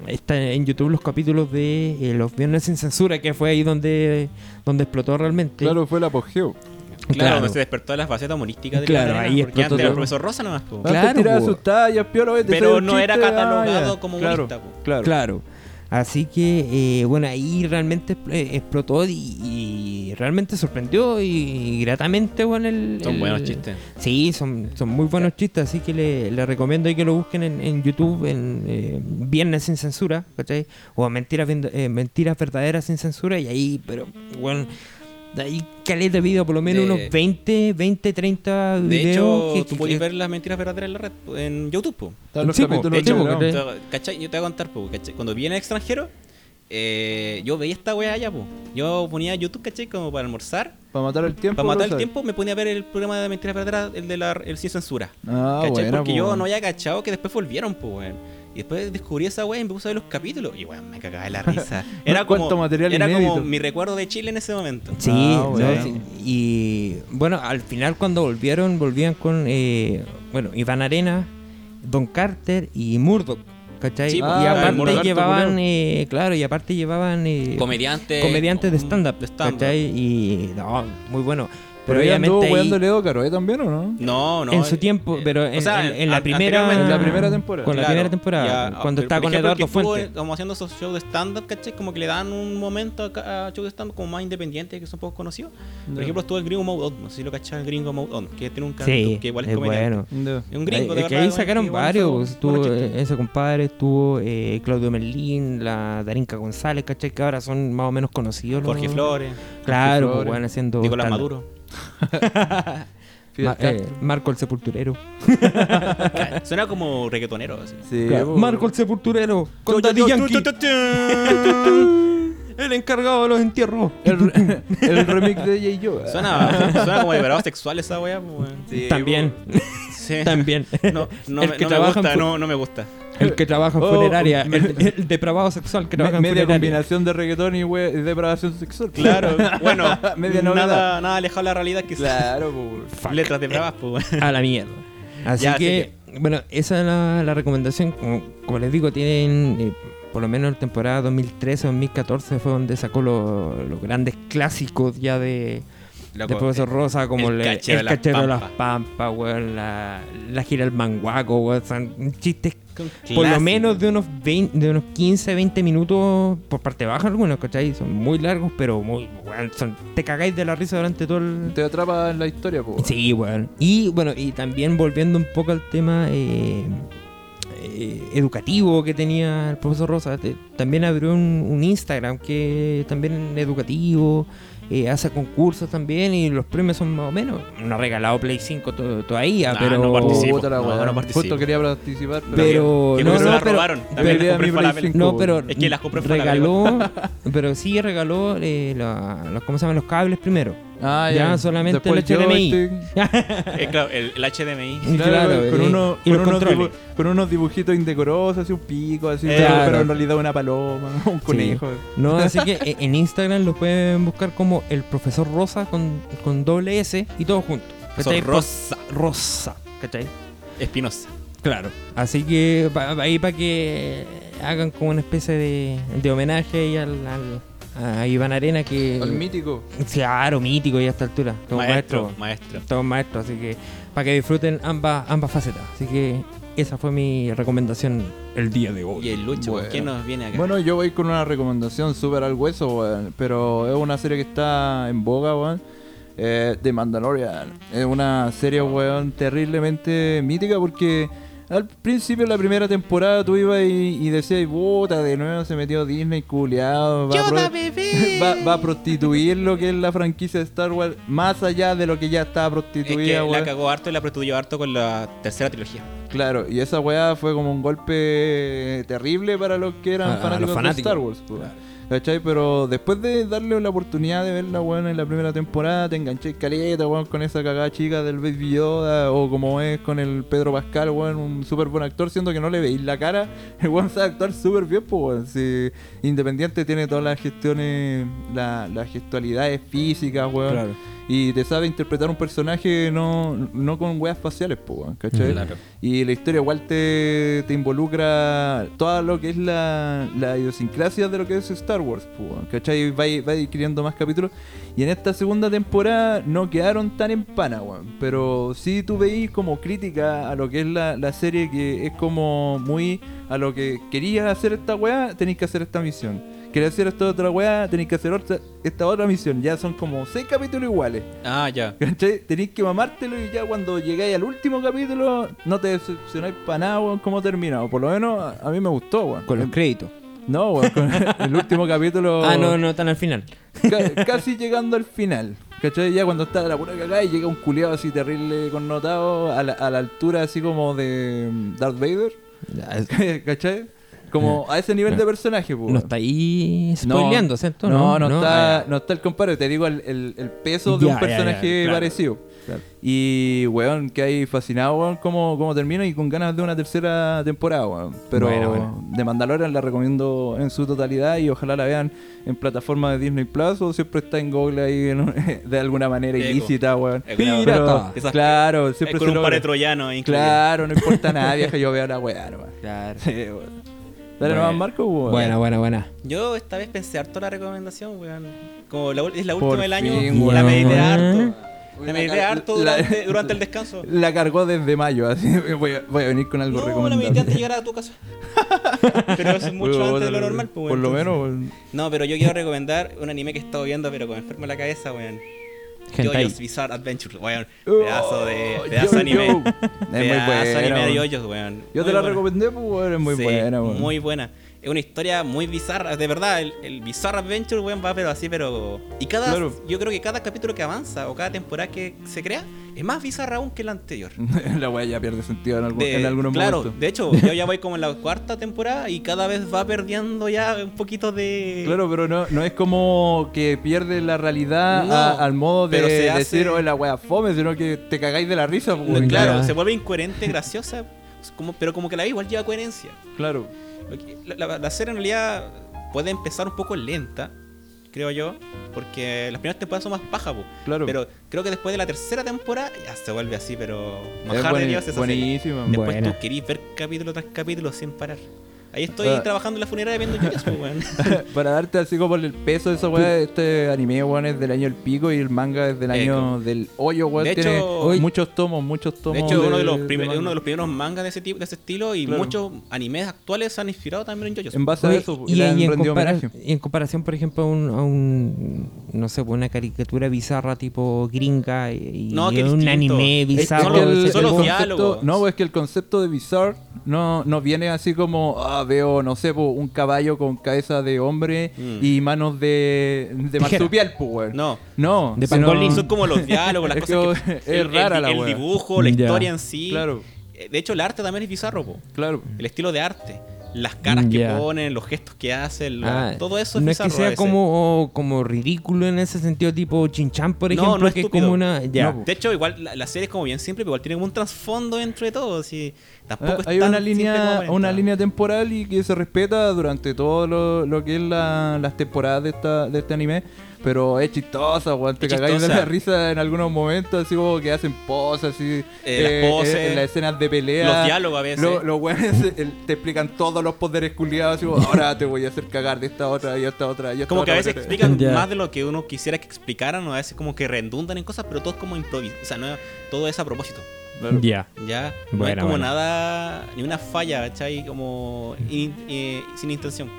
está en YouTube los capítulos de eh, Los Viernes sin Censura, que fue ahí donde, donde explotó realmente.
Claro, fue el apogeo.
Claro,
claro.
donde se despertó la faceta humorística de
Claro,
la
ahí
Porque
explotó
antes era el
todo.
profesor Rosa nomás, pues.
Claro,
Antes tiraba
po.
sus tallas, piola, oye, te
Pero
sale un
no era
chiste, ah,
catalogado
ya.
como
claro,
humorista, po.
Claro.
Claro. Así que, eh, bueno, ahí realmente expl- eh, explotó y, y realmente sorprendió y gratamente, bueno, el...
Son
el-
buenos chistes.
Sí, son, son muy buenos chistes, así que le, le recomiendo ahí que lo busquen en, en YouTube, en eh, Viernes sin Censura, ¿cachai? O Mentiras, Vend- eh, Mentiras Verdaderas sin Censura, y ahí, pero, bueno, ahí caleta de video, por lo menos
De-
unos 20, 20, 30
De
videos.
hecho,
que-
tú
que-
podías ver las mentiras verdaderas en la red, po, en YouTube, po.
Están los
Sí, po,
capítulos
de hecho,
liberados.
porque-
Te- ¿Cachai? Yo te voy a contar, po, ¿cachai? Cuando vine al extranjero, eh, yo veía esta weá allá, po. Yo ponía YouTube, ¿cachai? Como para almorzar.
Para matar el tiempo.
Para matar el
Rosa.
tiempo me ponía a ver el programa de Mentiras Verdaderas, el de la el sin censura.
Ah,
¿Cachai?
buena,
Porque
po.
yo no había cachado que después volvieron, pues, weón. Y después descubrí esa weá y me puse a ver los capítulos. Y weón, me cagaba de la risa.
No,
Era como,
cuánto material
era como
inédito.
mi recuerdo de Chile en ese momento.
Sí,
Ah,
no,
bueno.
sí, y bueno, al final cuando volvieron, volvían con, eh, bueno, Iván Arena, Don Carter y Murdoch, ¿cachai?
Sí,
y
pues,
ah, el
aparte
Murdoch,
llevaban,
culero.
eh, claro, y aparte llevaban eh,
Comediante.
comediantes de stand-up,
Mm, de stand-up.
¿cachai? Y no, muy bueno. Pero,
Pero ella anduvo
obviamente ahí,
weando Leo Caroe también, ¿o no?
No, no.
en su tiempo,
eh,
pero
o
en,
sea,
en- en la
an-
primera...
anteriormente-
En la primera temporada.
Con la
Claro,
primera temporada,
ya,
cuando
pero,
estaba
por
con
ejemplo, el
Eduardo
que estuvo,
Fuentes.
eh, Como haciendo esos shows de stand-up, ¿cachai? Como que le dan un momento a ca- a shows de stand-up como más independientes que son poco conocidos. Por
Ya.
ejemplo, estuvo el Gringo Mode On, no sé si lo cachai, el Gringo Mode On, que tiene un canto
Sí,
que igual es,
es
comediante.
bueno.
No.
Es un
Ay,
gringo, de
Eh, es que
verdad,
ahí
igual,
sacaron
que igual
varios.
son
estuvo
buenos
eh, ese compadre, estuvo eh, Claudio Merlín, la Darinka González, ¿cachai? Que ahora son más o menos conocidos. los-
Jorge Flores,
Claro,
Jorge Flores.
van haciendo.
Nicolás
stand-up.
Maduro.
Fidel
Ma- eh,
Castro.
Marco el Sepulturero.
Claro, Suena como reggaetonero. Así.
Sí, pues.
Claro,
po.
Marco el Sepulturero. Con Daddy Yankee. El encargado de los entierros.
el, el remix de J. Joe.
Suena, suena como liberado sexual esa wea. pues, weón.
También,
Eh,
Sí.
también.
No, no,
El
me,
que
no me
trabaja en
gusta,
fu-
no, no me gusta.
El que trabaja en
Oh,
funeraria.
me-
el, el depravado sexual que
Me-
trabaja en
media
funeraria.
combinación de reggaetón y we- depravación sexual.
Claro, bueno,
Media
nada,
novedad.
nada alejado de la realidad que
Claro, po.
letras de bravas, pues. weón.
a la mierda. Así,
Ya, así
que, bueno, esa es la, la recomendación. Como, como les digo, tienen, eh, por lo menos la temporada 2013-2014 fue donde sacó lo- los grandes clásicos ya de, de
Loco,
Profesor Rosa, como
el
le-
cachero de las
cachero de las
Pampas.
pampas, weón, la, la gira del manguaco, weón, son chistes
Con
por eh, lo
clase.
menos de unos 20, de unos 15, 20 minutos por parte baja algunos, ¿cachai? Son muy largos, pero muy, weón, son- te cagáis de la risa durante todo el,
Te atrapa en la historia, po.
Sí, weón. Y bueno, y también volviendo un poco al tema eh, eh, educativo que tenía el profesor Rosa, te- también abrió un, un Instagram que también es educativo, eh, hace concursos también y los premios son más o menos. No ha regalado Play 5 to- todavía,
Ah,
pero...
no participo.
Oh, Puta la
No,
weá.
no participo.
Justo quería participar, pero.
Pero
Que
no,
por eso
no,
la
pero-
robaron. También
pero-
la compré
mi
en Falabella.
Play cinco.
no, pero
Es que las compré en
regaló, pero sí regaló eh, la- los, ¿cómo se llaman? los cables primero.
Ah,
Ya, solamente
Después
el HDMI.
joystick.
Eh, claro, el, el HDMI.
Claro,
con,
eh,
unos-
y
con
los
unos
controles.
dibu- con unos dibujitos indecorosos, así un pico, así,
Claro.
pero- pero en realidad una paloma, un conejo.
No, así que e- en Instagram lo pueden buscar como el profesor Rosa con, con doble S y todo junto. ¿Cachai?
Son Rosa
Rosa, ¿cachai?
Espinosa.
Claro. Así que pa- pa- ahí para que hagan como una especie de, de homenaje ahí al, al- a Iván Arena que...
El mítico.
Claro, mítico y a esta altura. Todo
Maestro,
maestro.
maestro.
Todo maestro, así que para que disfruten ambas, ambas facetas. Así que esa fue mi recomendación el día de hoy.
Y el Lucho,
Bueno.
¿quién nos viene acá?
Bueno, yo voy con una recomendación súper al hueso, weón. Pero es una serie que está en boga, weón. Eh, The Mandalorian. Es una serie, weón, terriblemente mítica porque al principio de la primera temporada tú ibas y, y decías, puta, de nuevo se metió Disney, culiado. Va, a pro- va- va a prostituir lo que es la franquicia de Star Wars más allá de lo que ya estaba
es
prostituida,
que la
weón.
cagó harto y la prostituyó harto con la tercera trilogía.
Claro, y esa weá fue como un golpe terrible para los que eran
A- a
fanáticos,
los
de
fanáticos.
Star Wars. po. ¿Cachai? Pero después de darle la oportunidad de verla, weón, en la primera temporada, te enganché caleta, weón, con esa cagada chica del Baby Yoda, o como es con el Pedro Pascal, weón, un súper buen actor, siendo que no le veis la cara, el weón sabe actuar súper bien, pues, weón. Si Independiente tiene todas las gestiones, la- las gestualidades físicas, weón. Y te sabe interpretar un personaje no, no con weas faciales, pues, weón, ¿cachai? Y la historia igual te, te involucra todo lo que es la, la idiosincrasia de lo que es Star Wars, pú, ¿cachai? Va, va adquiriendo más capítulos. Y en esta segunda temporada no quedaron tan en pana, weón. Pero sí tú veis como crítica a lo que es la, la serie, que es como muy a lo que querías hacer esta weá, tenéis que hacer esta misión. Querías hacer esta otra weá, tenéis que hacer otra, esta otra misión. Ya son como seis capítulos iguales.
Ah, ya.
¿Cachai? Tenéis que mamártelo y ya cuando llegáis al último capítulo no te decepcionáis para nada, weón, cómo termina. O por lo menos a- a mí me gustó, weón.
Con los
Eh,
créditos.
No, weón, con el último capítulo
Ah, no, no, tan al final.
ca- casi llegando al final. ¿Cachai? Ya cuando está la pura cagada y llega un culiado así terrible connotado a la, a la altura así como de mm, Darth Vader. ¿Cachai? Como a ese nivel de personaje, pues.
No está ahí spoileando, ¿cierto?
No, no,
Ah,
está,
ya.
no está el compadre. Te digo el, el- el peso de
Ya,
un
ya, ya,
personaje
claro.
parecido. Claro. Y, weón, que hay fascinado, weón, cómo, cómo termina y con ganas de una tercera temporada, weón. Pero
Bueno, bueno.
de Mandalorian la recomiendo en su totalidad y ojalá la vean en plataforma de Disney Plus o siempre está en Google ahí en- de alguna manera
Eco.
ilícita, weón.
Eco.
Pero-
Pirata. Esas-
claro, siempre
Eh, con
se
un
logra.
par de troyanos incluido.
Claro, no importa nada, vieja, yo veo la weá, nomás.
Claro.
Sí, weón. Dale nomás,
Bueno.
Marco, weón.
Buena, buena, buena.
Yo esta vez pensé harto la recomendación, weón. Como la, ul- es la
Por
última del año,
fin,
la
weón.
medité harto.
Uy,
La
la
medité
car-
harto
la-
durante, durante el descanso.
La cargó desde mayo, así voy a, voy a venir con algo
No, la
recomendable.
medité antes de llegar a tu casa. Pero eso es mucho
Weón,
antes de lo
weón,
normal, pues,
Por
weón,
lo
entonces.
menos, weón.
No, pero yo quiero recomendar un anime que he estado viendo, pero con enfermo en la cabeza, weón.
Hentai.
Jojo's Bizarre Adventure, weón.
Oh,
Pedazo de, pedazo
yo,
de anime.
yo. Es muy
Pedazo de
buena,
anime de
weón.
Jojo's, weón.
Yo
Muy
te la
buena.
recomendé, pues, weón, es muy
Sí,
buena, weón.
Muy buena. Es una historia muy bizarra, de verdad. El, el Bizarre Adventure, weón, va pero así, pero. Y cada.
Claro.
Yo creo que cada capítulo que avanza o cada temporada que se crea es más bizarra aún que la anterior.
la weá ya pierde sentido en, algún,
De-
en algunos
claro,
momentos.
de hecho, yo ya voy como en la cuarta temporada y cada vez va perdiendo ya un poquito de.
Claro, pero no, no es como que pierde la realidad
No,
a- al modo de
pero se hace-
decir, oh, la weá fome, sino que te cagáis de la risa, pues,
No,
weón.
claro,
ya.
se vuelve incoherente, graciosa, como, pero como que la vida igual lleva coherencia.
Claro.
Lo que- La, la- la serie en realidad puede empezar un poco lenta, creo yo, porque las primeras temporadas son más paja, po.
Claro.
pero creo que después de la tercera temporada ya se vuelve así, pero
Es
manjar de
bueni-
Dios esa serie.
buenísima.
De-
Después
Buena.
tú querís ver capítulo tras capítulo sin parar. Ahí estoy
Ah.
trabajando en la funeraria viendo yo eso, weón.
Para darte así como el peso de esa weá, este anime, weón, es del año del pico y el manga es del año del hoyo, weón.
De
Tiene
hecho-
muchos tomos, muchos tomos.
De hecho, uno de los,
de
prim-
manga.
uno de los primeros mangas de ese, tipo, de ese estilo y
Claro.
muchos animes actuales se han inspirado también en Jojo.
En base
Oye,
a eso,
y,
le han
y en
rendido
compara-
homenaje.
y en comparación, por ejemplo, a un, a un- no sé, pues, una caricatura bizarra tipo gringa y, y
No, que
un
distinto.
anime
Es-
Es que
bizarro.
solo-
de ese
solo
tipo.
fiar-
concepto,
diálogos.
no, pues es que el concepto de bizarre no, no viene así como, ah, veo, no sé, po, un caballo con cabeza de hombre
Mm.
y manos de,
Tijera.
de marsupial, pues, weón.
No,
No,
De
sino-
pangolín.
son como los diálogos, las
Es
cosas que,
que es rara
el,
la
el
wea.
dibujo, la
Ya.
historia en sí.
Claro,
Eh, De hecho, el arte también es bizarro, po.
claro.
El estilo de arte. Las caras
Ya.
que ponen, los gestos que hacen, lo-
Ah,
todo eso es
no es
bizarro.
que
a
sea
veces.
como, como ridículo en ese sentido, tipo Chinchán, por
No,
ejemplo,
no es
que es
estúpido.
como una. Ya.
No,
De hecho, igual la, la serie es como bien simple, pero igual tiene como un trasfondo entre todos. Y tampoco
Ah,
es
Hay
tan simple
una
como
línea,
aparenta.
una línea temporal y que se respeta durante todo lo, lo que es la- las temporadas de, esta, de este anime. Pero es chistosa, weón. Te
Es
cagáis de
chistosa.
la risa en algunos momentos, así como que hacen poses, así.
Eh, las poses.
en las escenas de pelea.
Los diálogos a veces.
Lo- los weones eh, el- te explican todos los poderes culiados, así como, ahora te voy a hacer cagar de esta otra y esta otra y esta
como que
otra.
a veces
otra".
explican
Ya.
más de lo que uno quisiera que explicaran, o a veces como que redundan en cosas, pero todo es como improvisado. O sea, no, todo es a propósito.
Claro.
Ya.
Ya, no hay
Buena,
como
buena.
nada, ni una falla, ¿cachai? Como in- eh, sin intención.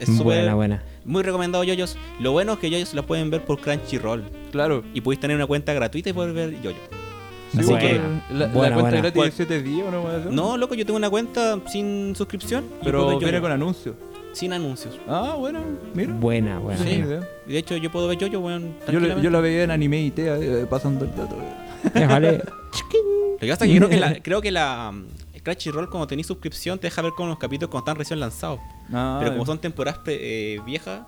Es súper
Buena, buena.
Muy recomendado Yoyos. Lo bueno es que Yoyos la pueden ver por Crunchyroll.
Claro.
Y podéis tener una cuenta gratuita y poder ver Yoyo.
Sí,
Así
como
que,
la, la
buena,
cuenta
buena.
gratis
Bueno.
de 7 días, ¿o ¿no? weón?
No, loco, yo tengo una cuenta sin suscripción. y puedo
Pero
ver
viene
Yoyo,
con anuncios.
Sin anuncios.
Ah, bueno, mira.
Buena, buena.
Sí,
buena.
idea.
Y De hecho, yo puedo ver Yoyo, weón.
Yo, le- yo
tranquilamente.
la veía en anime y tea, eh, pasando el dato.
Déjale.
Lo que pasa es que creo que la, creo que la mm, Crunchyroll, cuando tenéis suscripción, te deja ver con los capítulos cuando están recién lanzados.
Ah,
Pero como son temporadas pre- eh, viejas,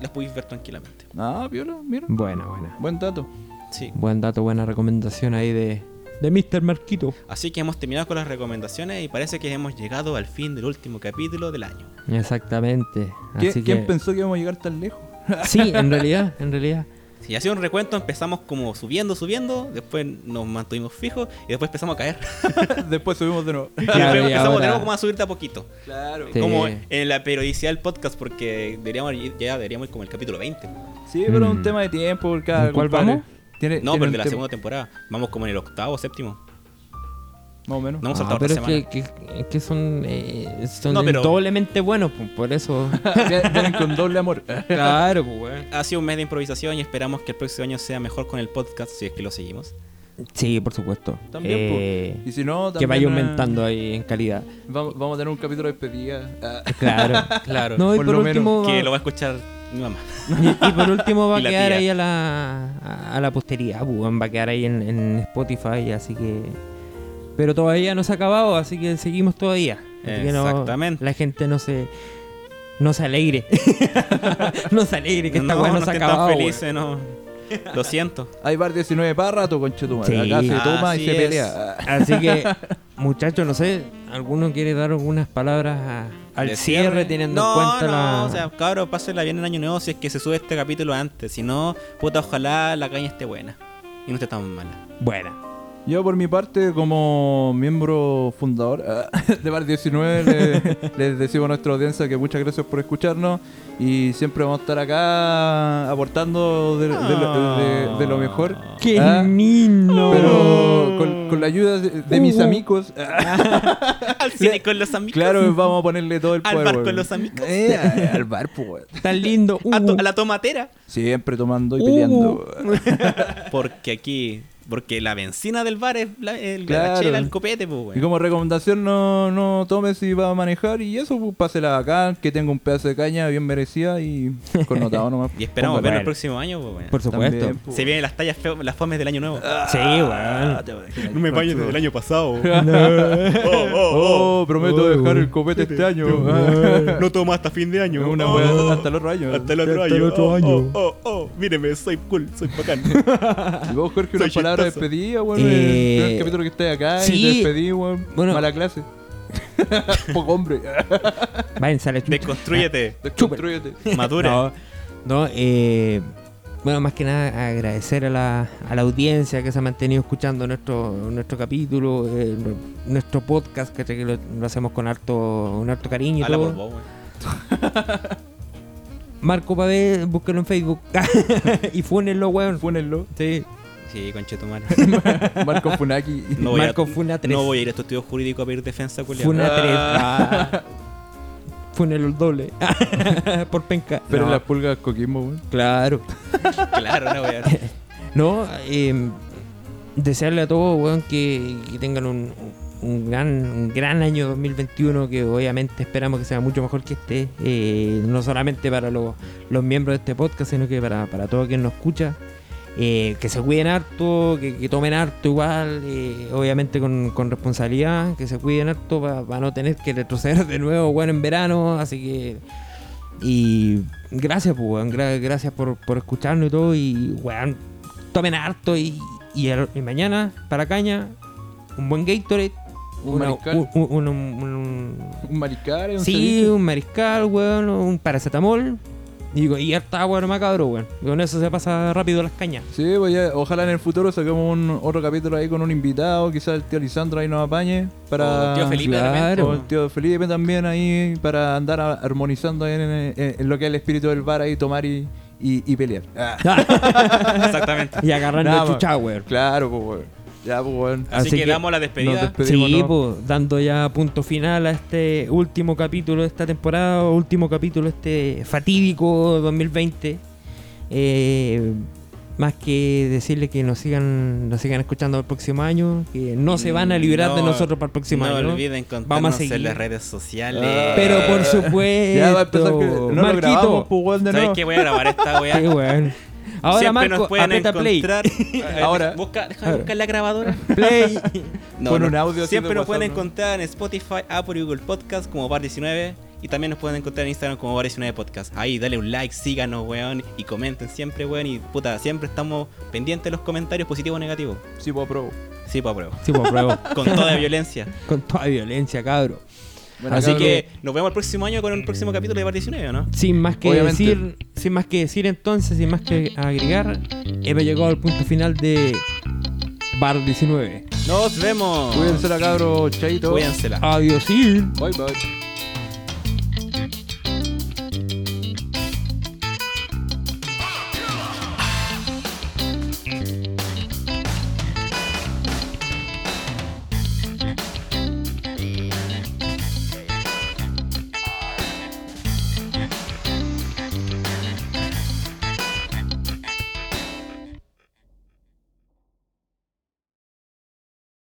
las podéis ver tranquilamente.
Ah, viola, mira.
Buena, buena.
Buen dato.
Sí.
Buen dato, buena recomendación ahí de, de Mr. Marquito.
Así que hemos terminado con las recomendaciones y parece que hemos llegado al fin del último capítulo del año.
Exactamente.
¿Qui-
Así
¿Quién
que...
pensó que íbamos a llegar tan lejos?
Sí, en realidad, en realidad.
Si ha sido un recuento, empezamos como subiendo, subiendo, después nos mantuvimos fijos y después empezamos a caer.
Después subimos de nuevo.
Y después
y
empezamos
ahora-
de nuevo como a subirte a poquito.
Claro.
Sí.
Como en la periodicidad del podcast, porque deberíamos ir- ya deberíamos ir como el capítulo 20.
Sí, pero es
Mm.
un tema de tiempo. por Cada
¿En cuál
compadre.
vamos?
Tiene,
No,
tiene
pero el
un
de la
tema,
segunda temporada. Vamos como en el octavo, séptimo.
Más o menos.
No hemos
Ah,
saltado otra
pero es
semana.
que, que- que son, eh, son
No, pero-
doblemente buenos, pues, por eso.
Vienen con doble amor.
claro, pues, weón.
Ha sido un mes de improvisación y esperamos que el próximo año sea mejor con el podcast, si es que lo seguimos.
Sí, por supuesto.
También,
Eh,
pues. Y si no, también.
que vaya
eh,
aumentando ahí en calidad.
vamos, vamos a tener un capítulo de despedida. Ah,
Claro.
Claro.
No, y
Por
por
lo menos
último.
que
va-
lo va a escuchar mi mamá.
Y, y por último va a
Y la
quedar
tía.
ahí a la, a, a la posteridad, pues, weón, va a quedar ahí en, en Spotify, así que... Pero todavía no se ha acabado, así que seguimos todavía. Así que no-
Exactamente.
la gente no se... No se alegre. no se alegre que esta weá no, se ha
estén
acabado.
tan felices, no.
weón.
Lo siento.
Hay bar 19 para rato, conchetumadre.
Sí.
Acá se
Así
toma y se
es.
pelea.
Así que, muchachos, no sé, ¿alguno quiere dar algunas palabras a- al
De
cierre, teniendo
no,
en cuenta
no,
la.
o sea, cabros, pásenla bien en Año Nuevo si es que se sube este capítulo antes. Si no, puta, ojalá la caña esté buena. Y no esté tan mala.
Buena.
Yo por mi parte, como miembro fundador ah, de Bar 19, le- les decimos a nuestra audiencia que muchas gracias por escucharnos y siempre vamos a estar acá aportando de, de lo, de- de lo mejor.
¡Qué
Ah,
lindo!
Pero con, con la ayuda de, de mis amigos, ah,
Al cine con los Uh. amigos.
claro, vamos a ponerle todo el
Al
poder.
bar con
weón.
los amigos.
Eh, al bar, pues. weón.
Tan lindo. Uh.
A, to-
Hugo.
a la tomatera.
Siempre
Uh.
tomando y peleando.
Hugo.
weón.
Porque aquí. Porque la benzina del bar es la, el, la
Claro.
chela, el copete, pues,
Y
weón.
como recomendación, no, no tomes si vas a manejar y eso, pues pásela acá, que tenga un pedazo de caña bien merecida y connotado nomás.
Y esperamos
Póngale.
vernos el próximo año, pues, weón.
Por Ah, supuesto.
También, pues.
Se vienen las tallas, feo- las fomes del año nuevo.
Sí, weón.
Ah, No me bañes desde el año pasado.
Oh, prometo
Oh,
dejar
weón.
el copete este año.
No tomo hasta fin de año.
Una
Oh.
weá hasta el otro año.
Hasta el otro
Hasta
año.
el otro
oh,
año.
Oh, oh, oh, míreme, soy cool, soy bacán.
Y vos, Jorge, una
Soy
palabra de
chistoso.
despedida, weón.
Eh,
El primer capítulo que estáis acá y
sí.
te despedí, weón.
Bueno.
Mala clase. Poco hombre.
Váyanse a la chucha.
Desconstrúyete,
Desconstrúyete.
madura.
No, no, eh, bueno, más que nada agradecer a la, a la audiencia que se ha mantenido escuchando nuestro nuestro capítulo, eh, nuestro podcast, ¿cachai? que lo, lo hacemos con harto, un harto cariño. y
Habla
todo.
por vos, weón.
Marco Pavé, búsquelo en Facebook y funenlo, weón.
Fúnenlo.
Sí.
Sí, conchetumare.
Marco Funaki.
No voy,
Marco
a,
Funa tres.
no voy a ir a tu estudio jurídico a pedir defensa, culiao.
Funa 3.
Ah,
Funelo el doble. Por penca.
Pero
No,
las pulgas coquimbo, weón.
Claro.
Claro, no voy a
No, eh, desearle a todos, weón, que, que tengan un, un gran, un gran año 2021, que obviamente esperamos que sea mucho mejor que este, eh, no solamente para los, los miembros de este podcast, sino que para, para todo quien nos escucha. eh, que se cuiden harto, que, que tomen harto igual, eh, obviamente con, con responsabilidad, que se cuiden harto para no tener que retroceder de nuevo, weón, en verano, así que y gracias, pues, weón. Gra- gracias por, por escucharnos y todo. Y, weón, tomen harto. Y, y, el- y mañana, para caña, un buen Gatorade.
Un
una-
mariscal.
un- un- un- un-
Un maricar, un
sí,
ceviche.
un mariscal, weón. Un paracetamol. Y, y harta agua nomás, cabrón, weón. Y con eso se pasa rápido las cañas.
Sí, pues ya, ojalá en el futuro saquemos un, otro capítulo ahí con un invitado, quizás el tío Lisandro ahí nos apañe para...
O el tío Felipe, pues. de repente,
Claro,
¿no?
o el tío Felipe también ahí para andar a- armonizando ahí en, en- en lo que es el espíritu del bar ahí, tomar y, y- y pelear. Ah,
Exactamente.
Y agarrando
Nada,
el chucha, weón.
claro, pues weón. Ya, pues weón.
Así,
Así
que,
que
damos la
Nos
despedida.
despedimos,
sí,
¿no?
pues, dando ya punto final a este último capítulo de esta temporada, último capítulo este fatídico 2020. Eh, más que decirle que nos sigan nos sigan escuchando el próximo año, que no se van a librar de
No,
nosotros para el próximo
no
año.
olviden
Vamos a
contarnos
seguir.
en las redes sociales.
Ah.
Pero por supuesto,
Ya va a empezar que no lo grabamos, pues weón, de
¿Sabes
nuevo.
qué? Voy a grabar esta weá.
Sí, weón. Ahora
Siempre nos
Marco,
pueden
aprieta play.
encontrar. A ver,
Ahora.
Busca,
A
déjame
ver.
buscar la grabadora.
Play.
Pon un audio así
Siempre
de
nos pueden
WhatsApp, ¿no?
encontrar en Spotify, Apple y Google Podcast como Bar19. Y también nos pueden encontrar en Instagram como Bar19 Podcast. Ahí, dale un like, síganos, weón. Y comenten siempre, weón. Y puta, siempre estamos pendientes de los comentarios positivos o negativos.
Sí, pues pro.
Sí, pa' prueba.
Sí, pues, bravo.
Con toda violencia.
Con toda violencia, cabro.
Bueno,
Así
cabrón.
que nos vemos el próximo año con el próximo capítulo de Bar 19, ¿o ¿no?
Sin más que
Obviamente.
decir, sin más que decir entonces, sin más que agregar, hemos llegado al punto final de Bar 19.
Nos vemos.
Cuídense la cabros, chaito.
Cuídensela.
Adiós.
Bye, bye.